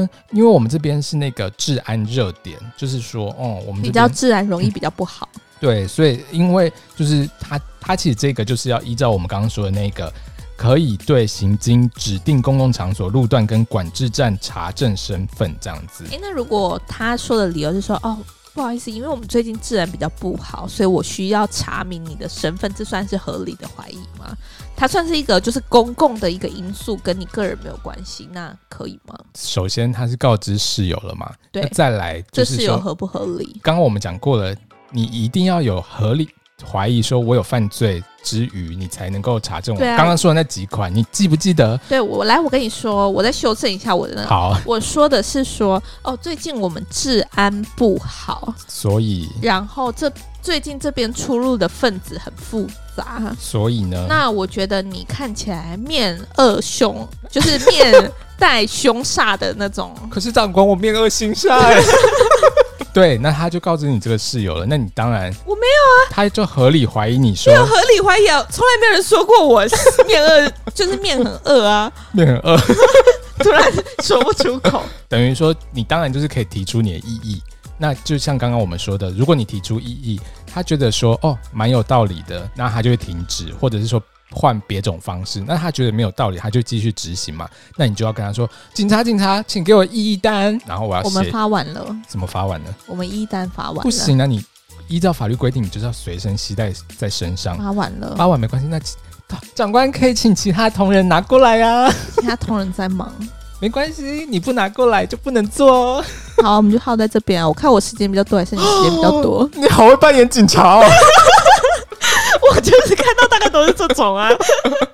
Speaker 1: 嗯、因为我们这边是那个治安热点，就是说，哦，我们
Speaker 2: 比
Speaker 1: 这
Speaker 2: 较
Speaker 1: 边
Speaker 2: 自然容易比较不好。
Speaker 1: 对，所以因为就是他他其实这个就是要依照我们刚刚说的那个，可以对行经指定公共场所、路段跟管制站查证身份这样子
Speaker 2: 诶，。那如果他说的理由是说，哦，不好意思，因为我们最近治安比较不好，所以我需要查明你的身份，这算是合理的怀疑吗？它算是一个就是公共的一个因素，跟你个人没有关系，那可以吗？
Speaker 1: 首先他是告知室友了嘛，
Speaker 2: 对
Speaker 1: 那再来就
Speaker 2: 这
Speaker 1: 呃是说
Speaker 2: 事由合不合理？
Speaker 1: 刚刚我们讲过了，你一定要有合理怀疑，说我有犯罪之余，你才能够查证我
Speaker 2: 对啊
Speaker 1: 刚刚说的那几款，你记不记得？
Speaker 2: 对我来，我跟你说，我再修正一下我的那个。
Speaker 1: 好，
Speaker 2: 我说的是说，哦，最近我们治安不好，
Speaker 1: 所以
Speaker 2: 然后这最近这边出入的分子很复杂，
Speaker 1: 所以呢，
Speaker 2: 那我觉得你看起来面恶凶，就是面带凶煞的那种。
Speaker 1: 可是长官，我面恶心善。 对，那他就告知你这个室友了，那你当然
Speaker 2: 我没
Speaker 1: 有啊，他就合理怀疑你说
Speaker 2: 合理怀疑啊，从来没有人说过我是面恶， 就是面很恶啊，
Speaker 1: 面很恶，
Speaker 2: 突然说不出口。
Speaker 1: 等于说你当然就是可以提出你的异议。那就像刚刚我们说的，如果你提出异议，他觉得说哦蛮有道理的，那他就会停止，或者是说换别种方式。那他觉得没有道理，他就继续执行嘛。那你就要跟他说，警察警察，请给我异议单，然后我要
Speaker 2: 我们
Speaker 1: 写
Speaker 2: 发完了，
Speaker 1: 怎么发完呢？
Speaker 2: 我们一单发完了，
Speaker 1: 不行啊，你依照法律规定，你就是要随身携带在身上。
Speaker 2: 发完了，
Speaker 1: 发完没关系，那其长官可以请其他同仁拿过来啊，
Speaker 2: 其他同仁在忙。
Speaker 1: 没关系，你不拿过来就不能做、哦。？
Speaker 2: 好，我们就耗在这边啊。我看我时间比较多，还是你时间比较多
Speaker 1: 你好会扮演警察哦。
Speaker 2: 我就是看到大概都是这种啊。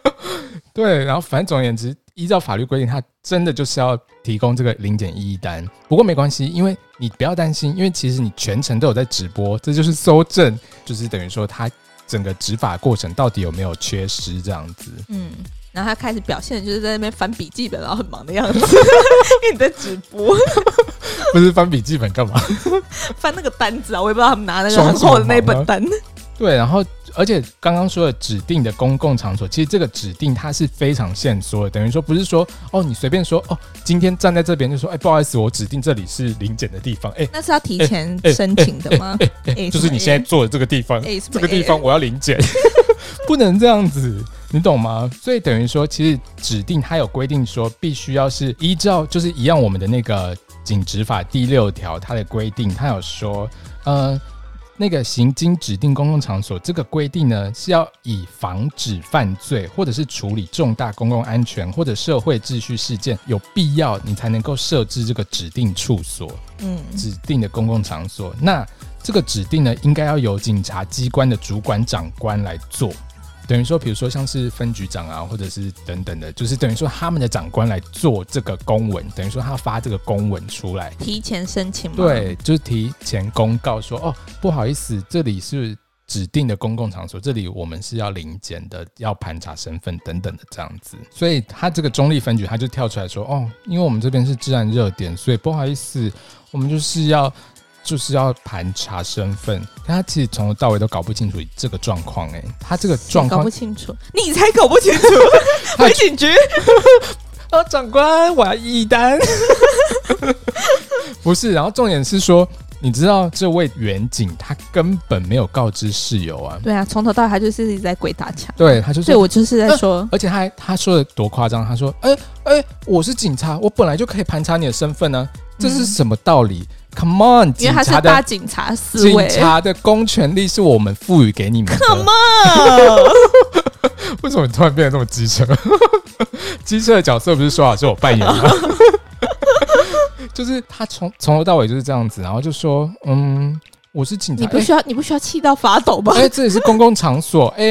Speaker 1: 对，然后反正总而言之，依照法律规定，他真的就是要提供这个零检异议单。不过没关系，因为你不要担心，因为其实你全程都有在直播，这就是搜证， 就是等于说他整个执法过程到底有没有缺失这样子。
Speaker 2: 嗯，然后他开始表现就是在那边翻笔记本，然后很忙的样子，因 为你在直播。
Speaker 1: 不是翻笔记本干嘛？
Speaker 2: 翻那个单子啊，我也不知道他们拿那个
Speaker 1: 双
Speaker 2: 很
Speaker 1: 手
Speaker 2: 厚的那本单。
Speaker 1: 对，然后而且刚刚说的指定的公共场所，其实这个指定它是非常限缩的，等于说不是说哦你随便说哦，今天站在这边就说哎、不好意思，我指定这里是临检的地方，哎、
Speaker 2: 那是要提前申请的吗？哎
Speaker 1: 就是你现在坐的这个地方，
Speaker 2: 哎什么
Speaker 1: 这个地方我要临 检，不能这样子，你懂吗？所以等于说，其实指定它有规定说，必须要是依照就是一样我们的那个警执法第六条它的规定，它有说，呃，那个行经指定公共场所这个规定呢，是要以防止犯罪或者是处理重大公共安全或者社会秩序事件有必要，你才能够设置这个指定处所。
Speaker 2: 嗯
Speaker 1: 指定的公共场所。那这个指定呢，应该要由警察机关的主管长官来做。等于说，比如说像是分局长啊，或者是等等的，就是等于说他们的长官来做这个公文，等于说他发这个公文出来，
Speaker 2: 提前申请吗？
Speaker 1: 对，就是提前公告说，哦，不好意思，这里是指定的公共场所，这里我们是要临检的，要盘查身份等等的这样子。所以他这个中立分局他就跳出来说，哦，因为我们这边是治安热点，所以不好意思，我们就是要。就是要盘查身份，但他其实从头到尾都搞不清楚这个状况、欸，他这个状
Speaker 2: 搞
Speaker 1: 况
Speaker 2: 不，清楚，你才搞不清 楚，回警局。
Speaker 1: 哦，长官，我要一 单。不是，然后重点是说，你知道这位远警他根本没有告知室友啊，
Speaker 2: 对啊，从头到尾他就是一直在鬼打墙。
Speaker 1: 对，他就
Speaker 2: 所以
Speaker 1: 说，
Speaker 2: 我就是在说，
Speaker 1: 而且他还他说的多夸张，他说，哎、哎、我是警察，我本来就可以盘查你的身份呢、啊这是什么道理、c o m e on，
Speaker 2: 因
Speaker 1: 警
Speaker 2: 为他是
Speaker 1: 察
Speaker 2: 大
Speaker 1: 的
Speaker 2: 警察思维
Speaker 1: 警。察的公权力是我们赋予给你们的。
Speaker 2: Come
Speaker 1: 哎为什么你突然变得那么机车？ 机车的角色不是说好是我扮演吗？ 就是他从从头到尾就是这样子，然后就说，嗯，我是警察，
Speaker 2: 你不需要，你不需要气到发抖吧
Speaker 1: 哎、？哎这里是公共场所，哎、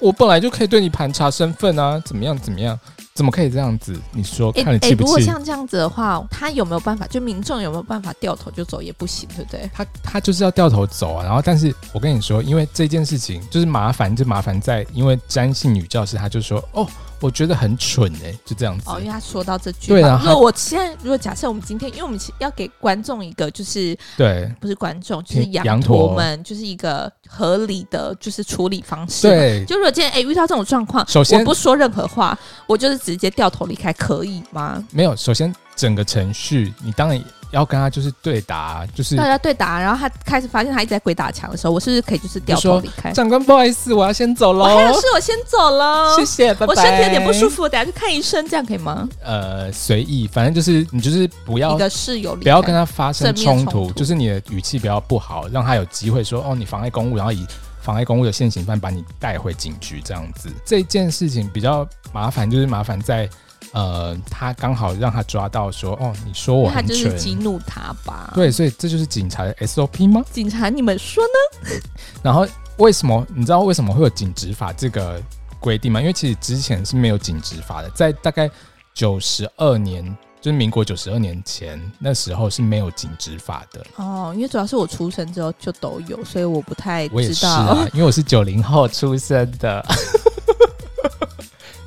Speaker 1: 我本来就可以对你盘查身份啊，怎么样怎么样，怎么可以这样子？你说
Speaker 2: 哎
Speaker 1: 看你
Speaker 2: 哎，
Speaker 1: 气不
Speaker 2: 如果
Speaker 1: 气？
Speaker 2: 像这样子的话，他有没有办法？就民众有没有办法掉头就走也不行，对不对？
Speaker 1: 他他就是要掉头走啊，然后但是我跟你说，因为这件事情就是麻烦，就麻烦在因为詹姓女教师，她就说哦，我觉得很蠢哎、就这样子。
Speaker 2: 哦，因为他说到这句
Speaker 1: 对
Speaker 2: 嘛，
Speaker 1: 啊
Speaker 2: 如果我现在如果假设我们今天，因为我们其要给观众一个就是
Speaker 1: 对
Speaker 2: 不是观众，就是
Speaker 1: 听羊
Speaker 2: 羊
Speaker 1: 驼
Speaker 2: 驼们，就是一个合理的就是处理方式。，
Speaker 1: 对，
Speaker 2: 就如果今天哎、遇到这种状况，
Speaker 1: 首先
Speaker 2: 我不说任何话，我就是直接掉头离开，可以吗？
Speaker 1: 没有，首先整个程序，你当然要跟他就是对答，就是
Speaker 2: 大家对打，然后他开始发现他一直在鬼打墙的时候，我是不是可以就是掉
Speaker 1: 就说
Speaker 2: 头离开？
Speaker 1: 长官，不好意思，我要先走
Speaker 2: 我还有
Speaker 1: 喽，
Speaker 2: 事，我先走了。
Speaker 1: 谢谢，拜拜。
Speaker 2: 我身体有点不舒，服，我等下去看医生，这样可以吗？
Speaker 1: 呃，随意，反正就是你就是不要
Speaker 2: 你的室友离开
Speaker 1: 不要跟他发生
Speaker 2: 正面
Speaker 1: 冲
Speaker 2: 冲
Speaker 1: 突，
Speaker 2: 突
Speaker 1: 就是你的语气不要不好，让他有机会说哦，你妨碍公务，然后以妨碍公务的现行犯把你带回警局这样子。这件事情比较麻烦，就是麻烦在呃，他刚好让他抓到说哦，你说我
Speaker 2: 因为他
Speaker 1: 很
Speaker 2: 就是
Speaker 1: 蠢，
Speaker 2: 激怒他吧。，
Speaker 1: 对，所以这就是警察的 SOP 吗？
Speaker 2: 警察，你们说呢？
Speaker 1: 然后为什么你知道为什么会有警执法这个规定吗？因为其实之前是没有警执法的，在大概九十二年，就是民国九十二年前，那时候是没有警执法的。
Speaker 2: 哦，因为主要是我出生之后就都有，所以我不太
Speaker 1: 我也
Speaker 2: 知
Speaker 1: 是
Speaker 2: 道。
Speaker 1: 啊，因为我是九零后出生的。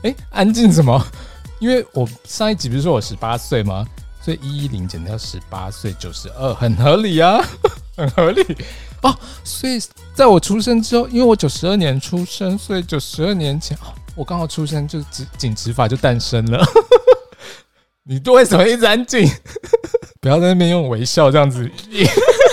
Speaker 1: 哎、安静什么？因为我上一集不是说我十八岁吗？所以一一零减掉十八岁，九十二，很合理啊， 很合理哦。所以在我出生之后，因为我九十二年出生，所以九十二年前，哦、我刚好出生就警警执法就诞生了。 你为什么一直安静？ 不要在那边用微笑这样子。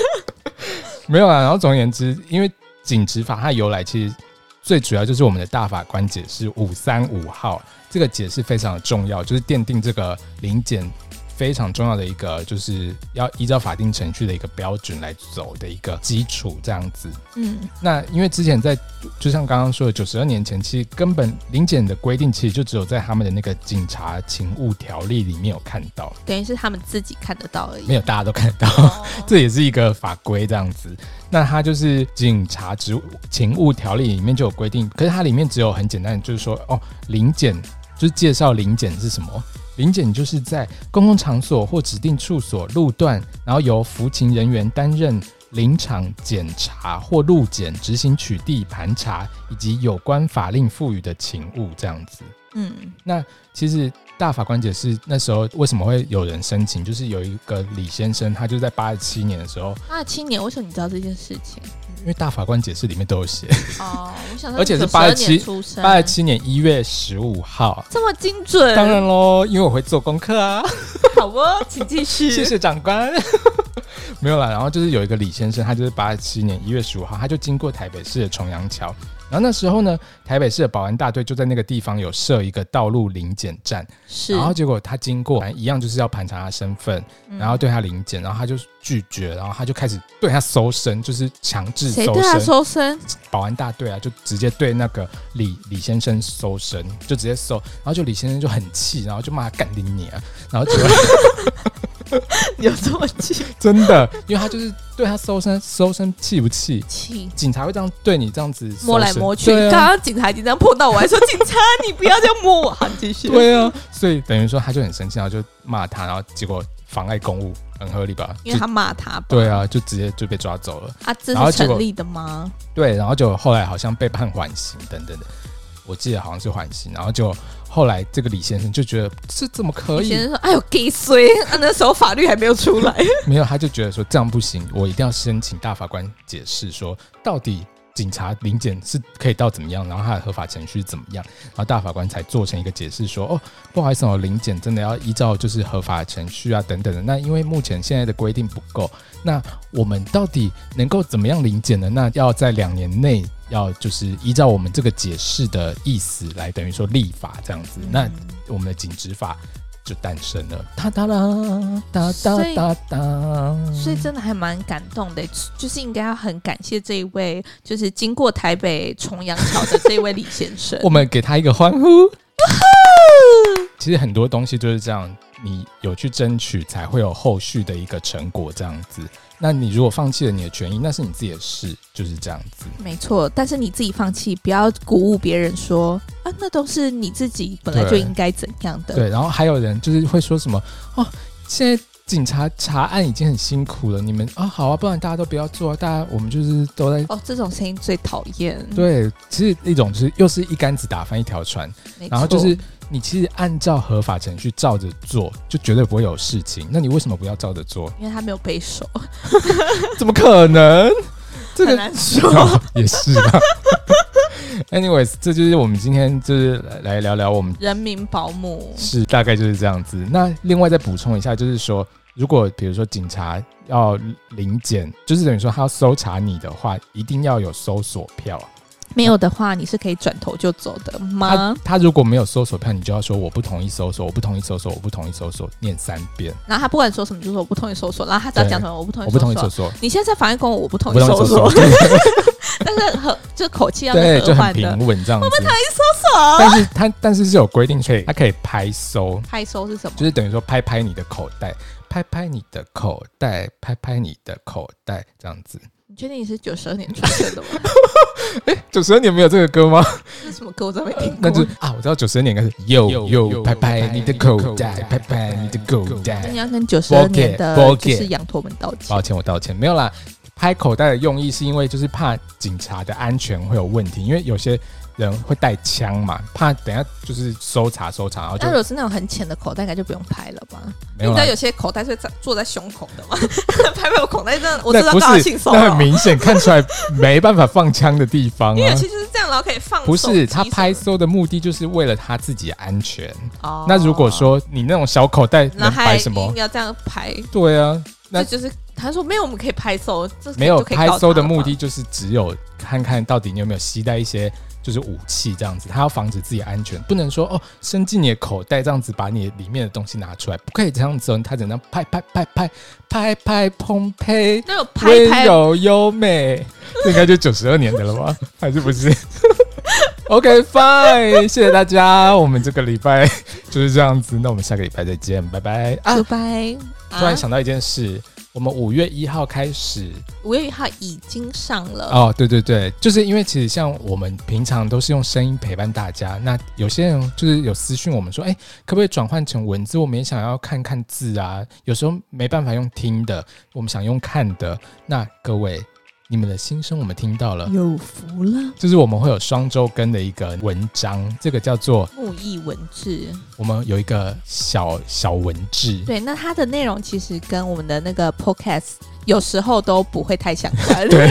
Speaker 1: 没有啊，然后总而言之，因为警执法它由来其实最主要就是我们的大法官解释五三五号这个解释非常的重要，就是奠定这个临检非常重要的一个，就是要依照法定程序的一个标准来走的一个基础，这样子。
Speaker 2: 嗯，
Speaker 1: 那因为之前在就像刚刚说的，九十二年前，其实根本临检的规定其实就只有在他们的那个警察勤务条例里面有看到，
Speaker 2: 等于是他们自己看得到而已。哦
Speaker 1: 没有大家都看到。 这也是一个法规这样子。那它就是《警察职务勤务条例》里面就有规定，可是它里面只有很简单的，就是说哦，临检就是介绍临检是什么。临检就是在公共场所或指定处所、路段，然后由服勤人员担任林场检查或路检执行取缔盘查，以及有关法令赋予的勤务这样子。
Speaker 2: 嗯
Speaker 1: 其实大法官解释那时候为什么会有人申请，就是有一个李先生，他就在八十七年的时候，
Speaker 2: 八七年为什么你知道这件事 情？
Speaker 1: 因为大法官解释里面都有写，
Speaker 2: 哦，我想说
Speaker 1: 而且是
Speaker 2: 你92
Speaker 1: 87
Speaker 2: 年出生，
Speaker 1: 八十七年一月十五号。
Speaker 2: 这么精准，
Speaker 1: 当然喽，因为我会做功课啊。
Speaker 2: 好哦，请继续。
Speaker 1: 谢谢长官。 没有啦，然后就是有一个李先生，他就是八七年一月十五号，他就经过台北市的重阳桥，然后那时候呢，台北市的保安大队就在那个地方有设一个道路临检站，
Speaker 2: 是，
Speaker 1: 然后结果他经过，反正一样就是要盘查他身份，
Speaker 2: 嗯
Speaker 1: 然后对他临检，然后他就拒绝，然后他就开始对他搜身，就是强制
Speaker 2: 谁
Speaker 1: 搜
Speaker 2: 对他
Speaker 1: 身。
Speaker 2: 搜身？
Speaker 1: 保安大队啊，就直接对那个李李先生搜身，就直接搜，然后就李先生就很气，然后就骂他干你你啊，然后结果。
Speaker 2: 有这 么气？
Speaker 1: 真的，因为他就是对他搜身，搜身气不气？
Speaker 2: 请
Speaker 1: 警察会这样对你这样子
Speaker 2: 摸来
Speaker 1: 搜身
Speaker 2: 摸去，
Speaker 1: 对
Speaker 2: 刚
Speaker 1: 啊，
Speaker 2: 刚警察已经这样碰到我，还说警察你不要这样摸我，好，继续。
Speaker 1: 对啊，所以等于说他就很生气，然后就骂他，然后结果妨碍公务，很合理吧？
Speaker 2: 因为
Speaker 1: 就
Speaker 2: 他骂他吧。
Speaker 1: 对啊，就直接就被抓走了。
Speaker 2: 啊，这
Speaker 1: 然后
Speaker 2: 是
Speaker 1: 结果
Speaker 2: 成立的吗？
Speaker 1: 对，然后就后来好像被判缓刑等等的，我记得好像是缓刑，然后就后来这个李先生就觉得这怎么可
Speaker 2: 李先
Speaker 1: 以？
Speaker 2: 生说：“哎呦，给谁？啊，那时候法律还没有出来。
Speaker 1: 没有，他就觉得说这样不行，我一定要申请大法官解释说到底警察临检是可以到怎么样，然后他的合法程序是怎么样，然后大法官才做成一个解释说，哦，不好意思哦，临检真的要依照就是合法程序啊等等的。那因为目前现在的规定不够，那我们到底能够怎么样临检呢？那要在两年内。要就是依照我们这个解释的意思来，等于说立法这样子，那我们的警执法就诞生了。哒哒啦，哒哒哒哒。。
Speaker 2: 所以真的还蛮感动的，就是应该要很感谢这一位，就是经过台北重阳桥的这一位李先生
Speaker 1: 我们给他一个欢呼。其实很多东西就是这样，你有去争取，才会有后续的一个成果这样子。那你如果放弃了你的权益，那是你自己的事，就是这样子。
Speaker 2: 没错，但是你自己放弃，不要鼓舞别人说啊，那都是你自己本来就应该怎样的。
Speaker 1: 对，然后还有人就是会说什么哦，现在警察查案已经很辛苦了，你们啊、好啊，不然大家都不要做、啊，大家我们就是都在。
Speaker 2: 哦，这种声音最讨厌。，
Speaker 1: 对，其实一种就是又是一竿子打翻一条船，
Speaker 2: 没错
Speaker 1: 然后就是你其实按照合法程序照着做，就绝对不会有事情。那你为什么不要照着做？
Speaker 2: 因为他没有背熟，
Speaker 1: 怎么可能？这
Speaker 2: 很
Speaker 1: 个
Speaker 2: 难说。
Speaker 1: 哦 也是啊。Anyways，这就是我们今天就是来来聊聊我们
Speaker 2: 人民 保姆
Speaker 1: 是大概就是这样子。那另外再补充一下，就是说，如果比如说警察要临检，就是等于说他要搜查你的话，一定要有搜索票。
Speaker 2: 没有的话，你是可以转头就走的吗？
Speaker 1: 他如果没有搜索票，你就要说我不同意搜索，我不同意搜索，我不同意搜索，念三遍，
Speaker 2: 然后他不管说什么，就说我不同意搜索，然后他只要
Speaker 1: 对
Speaker 2: 讲什么我不同意
Speaker 1: 我不同意搜
Speaker 2: 索。
Speaker 1: 索，
Speaker 2: 你现在在妨碍公务，我不
Speaker 1: 我
Speaker 2: 同
Speaker 1: 不
Speaker 2: 意
Speaker 1: 同意
Speaker 2: 搜
Speaker 1: 搜
Speaker 2: 索
Speaker 1: 索，，
Speaker 2: 但是和这口气要
Speaker 1: 对，
Speaker 2: 是
Speaker 1: 就
Speaker 2: 和
Speaker 1: 很
Speaker 2: 缓
Speaker 1: 平
Speaker 2: 的。
Speaker 1: 稳这样子。
Speaker 2: 搜索
Speaker 1: 但是他但是是有规定，可以他可以拍搜，
Speaker 2: 拍搜是什么？
Speaker 1: 就是等于说拍拍你的口袋，拍拍你的口袋，拍拍你的口袋这样子。
Speaker 2: 你确定你是九十二年出 生的吗？
Speaker 1: 九十二年没有这个歌吗？
Speaker 2: 这是什么歌我真没听过。
Speaker 1: 那 就是啊，我知道九十二年应该是又又拍拍你的口袋，拍拍你的口
Speaker 2: 那
Speaker 1: 袋
Speaker 2: 你。要跟九十二年的
Speaker 1: Bucket，Bucket
Speaker 2: 就是羊驼们道歉。
Speaker 1: 抱歉，我道歉，没有啦。拍口袋的用意是因为就是怕警察的安全会有问题，因为有些人会带枪嘛，怕等一下就是搜查搜查，然后就
Speaker 2: 那如果是那种很浅的口袋，应该就不用拍了吧？
Speaker 1: 没
Speaker 2: 你
Speaker 1: 有
Speaker 2: 知
Speaker 1: 啦
Speaker 2: 道。有些口袋是在坐在胸口的 吗？拍拍我口袋，真的我知
Speaker 1: 那
Speaker 2: 道
Speaker 1: 不
Speaker 2: 大家
Speaker 1: 是
Speaker 2: 性，骚
Speaker 1: 那
Speaker 2: 扰
Speaker 1: 很。明啊显看出来没办法放枪的地方
Speaker 2: 因为
Speaker 1: 啊
Speaker 2: 有。些就是这样，然后可以放手
Speaker 1: 不
Speaker 2: 机什
Speaker 1: 是
Speaker 2: 么
Speaker 1: 他拍
Speaker 2: 的
Speaker 1: 搜的目的，就是为了他自己的安全。
Speaker 2: 哦
Speaker 1: 那如果说你那种小口袋
Speaker 2: 那
Speaker 1: 能
Speaker 2: 还
Speaker 1: 摆什么？
Speaker 2: 要这样拍，
Speaker 1: 对啊，那
Speaker 2: 那就是他说没有，我们可以拍搜，这
Speaker 1: 没有
Speaker 2: 就可以告
Speaker 1: 拍
Speaker 2: 他
Speaker 1: 搜的
Speaker 2: 了吧
Speaker 1: 目的就是只有看看到底你有没有携带一些就是武器这样子，他要防止自己安全，不能说哦伸进你的口袋这样子把你里面的东西拿出来，不可以这样子哦。他只能拍拍拍拍拍拍砰呸，
Speaker 2: 那有拍
Speaker 1: 温
Speaker 2: 拍
Speaker 1: 柔优美， 这应该就九十二年的了吧？还是不是 ？OK fine，谢谢大家，我们这个礼拜 就是这样子，那我们下个礼拜再见，拜拜啊！
Speaker 2: 拜拜。
Speaker 1: 突然想到一件事，我们五月一号开始
Speaker 2: 五月一号已经上了，
Speaker 1: 哦，对对对，就是因为其实像我们平常都是用声音陪伴大家，那有些人就是有私讯我们说，哎，可不可以转换成文字？我们也想要看看字啊，有时候没办法用听的，我们想用看的。那各位，你们的心声我们听到了，
Speaker 2: 有福了。
Speaker 1: 就是我们会有双周更的一个文章，这个叫做
Speaker 2: 木易文字，
Speaker 1: 我们有一个小小文字，
Speaker 2: 对，那它的内容其实跟我们的那个 podcast 有时候都不会太相 关。
Speaker 1: 对，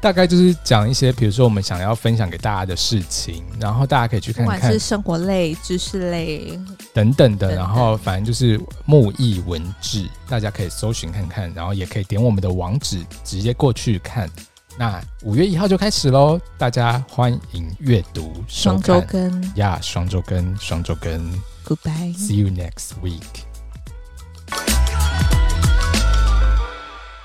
Speaker 1: 大概就是讲一些，比如说我们想要分享给大家的事情，然后大家可以去
Speaker 2: 不
Speaker 1: 看
Speaker 2: 管
Speaker 1: 看
Speaker 2: 是生活类、知识类，
Speaker 1: 等等的，
Speaker 2: 等等
Speaker 1: 然后反正就是木易文志，大家可以搜寻看看，然后也可以点我们的网址直接过去看。那五月一号就开始喽，大家欢迎阅读收
Speaker 2: 双周
Speaker 1: 看
Speaker 2: 更
Speaker 1: 呀，双周更，双周更
Speaker 2: ，Goodbye。
Speaker 1: ，See you next week。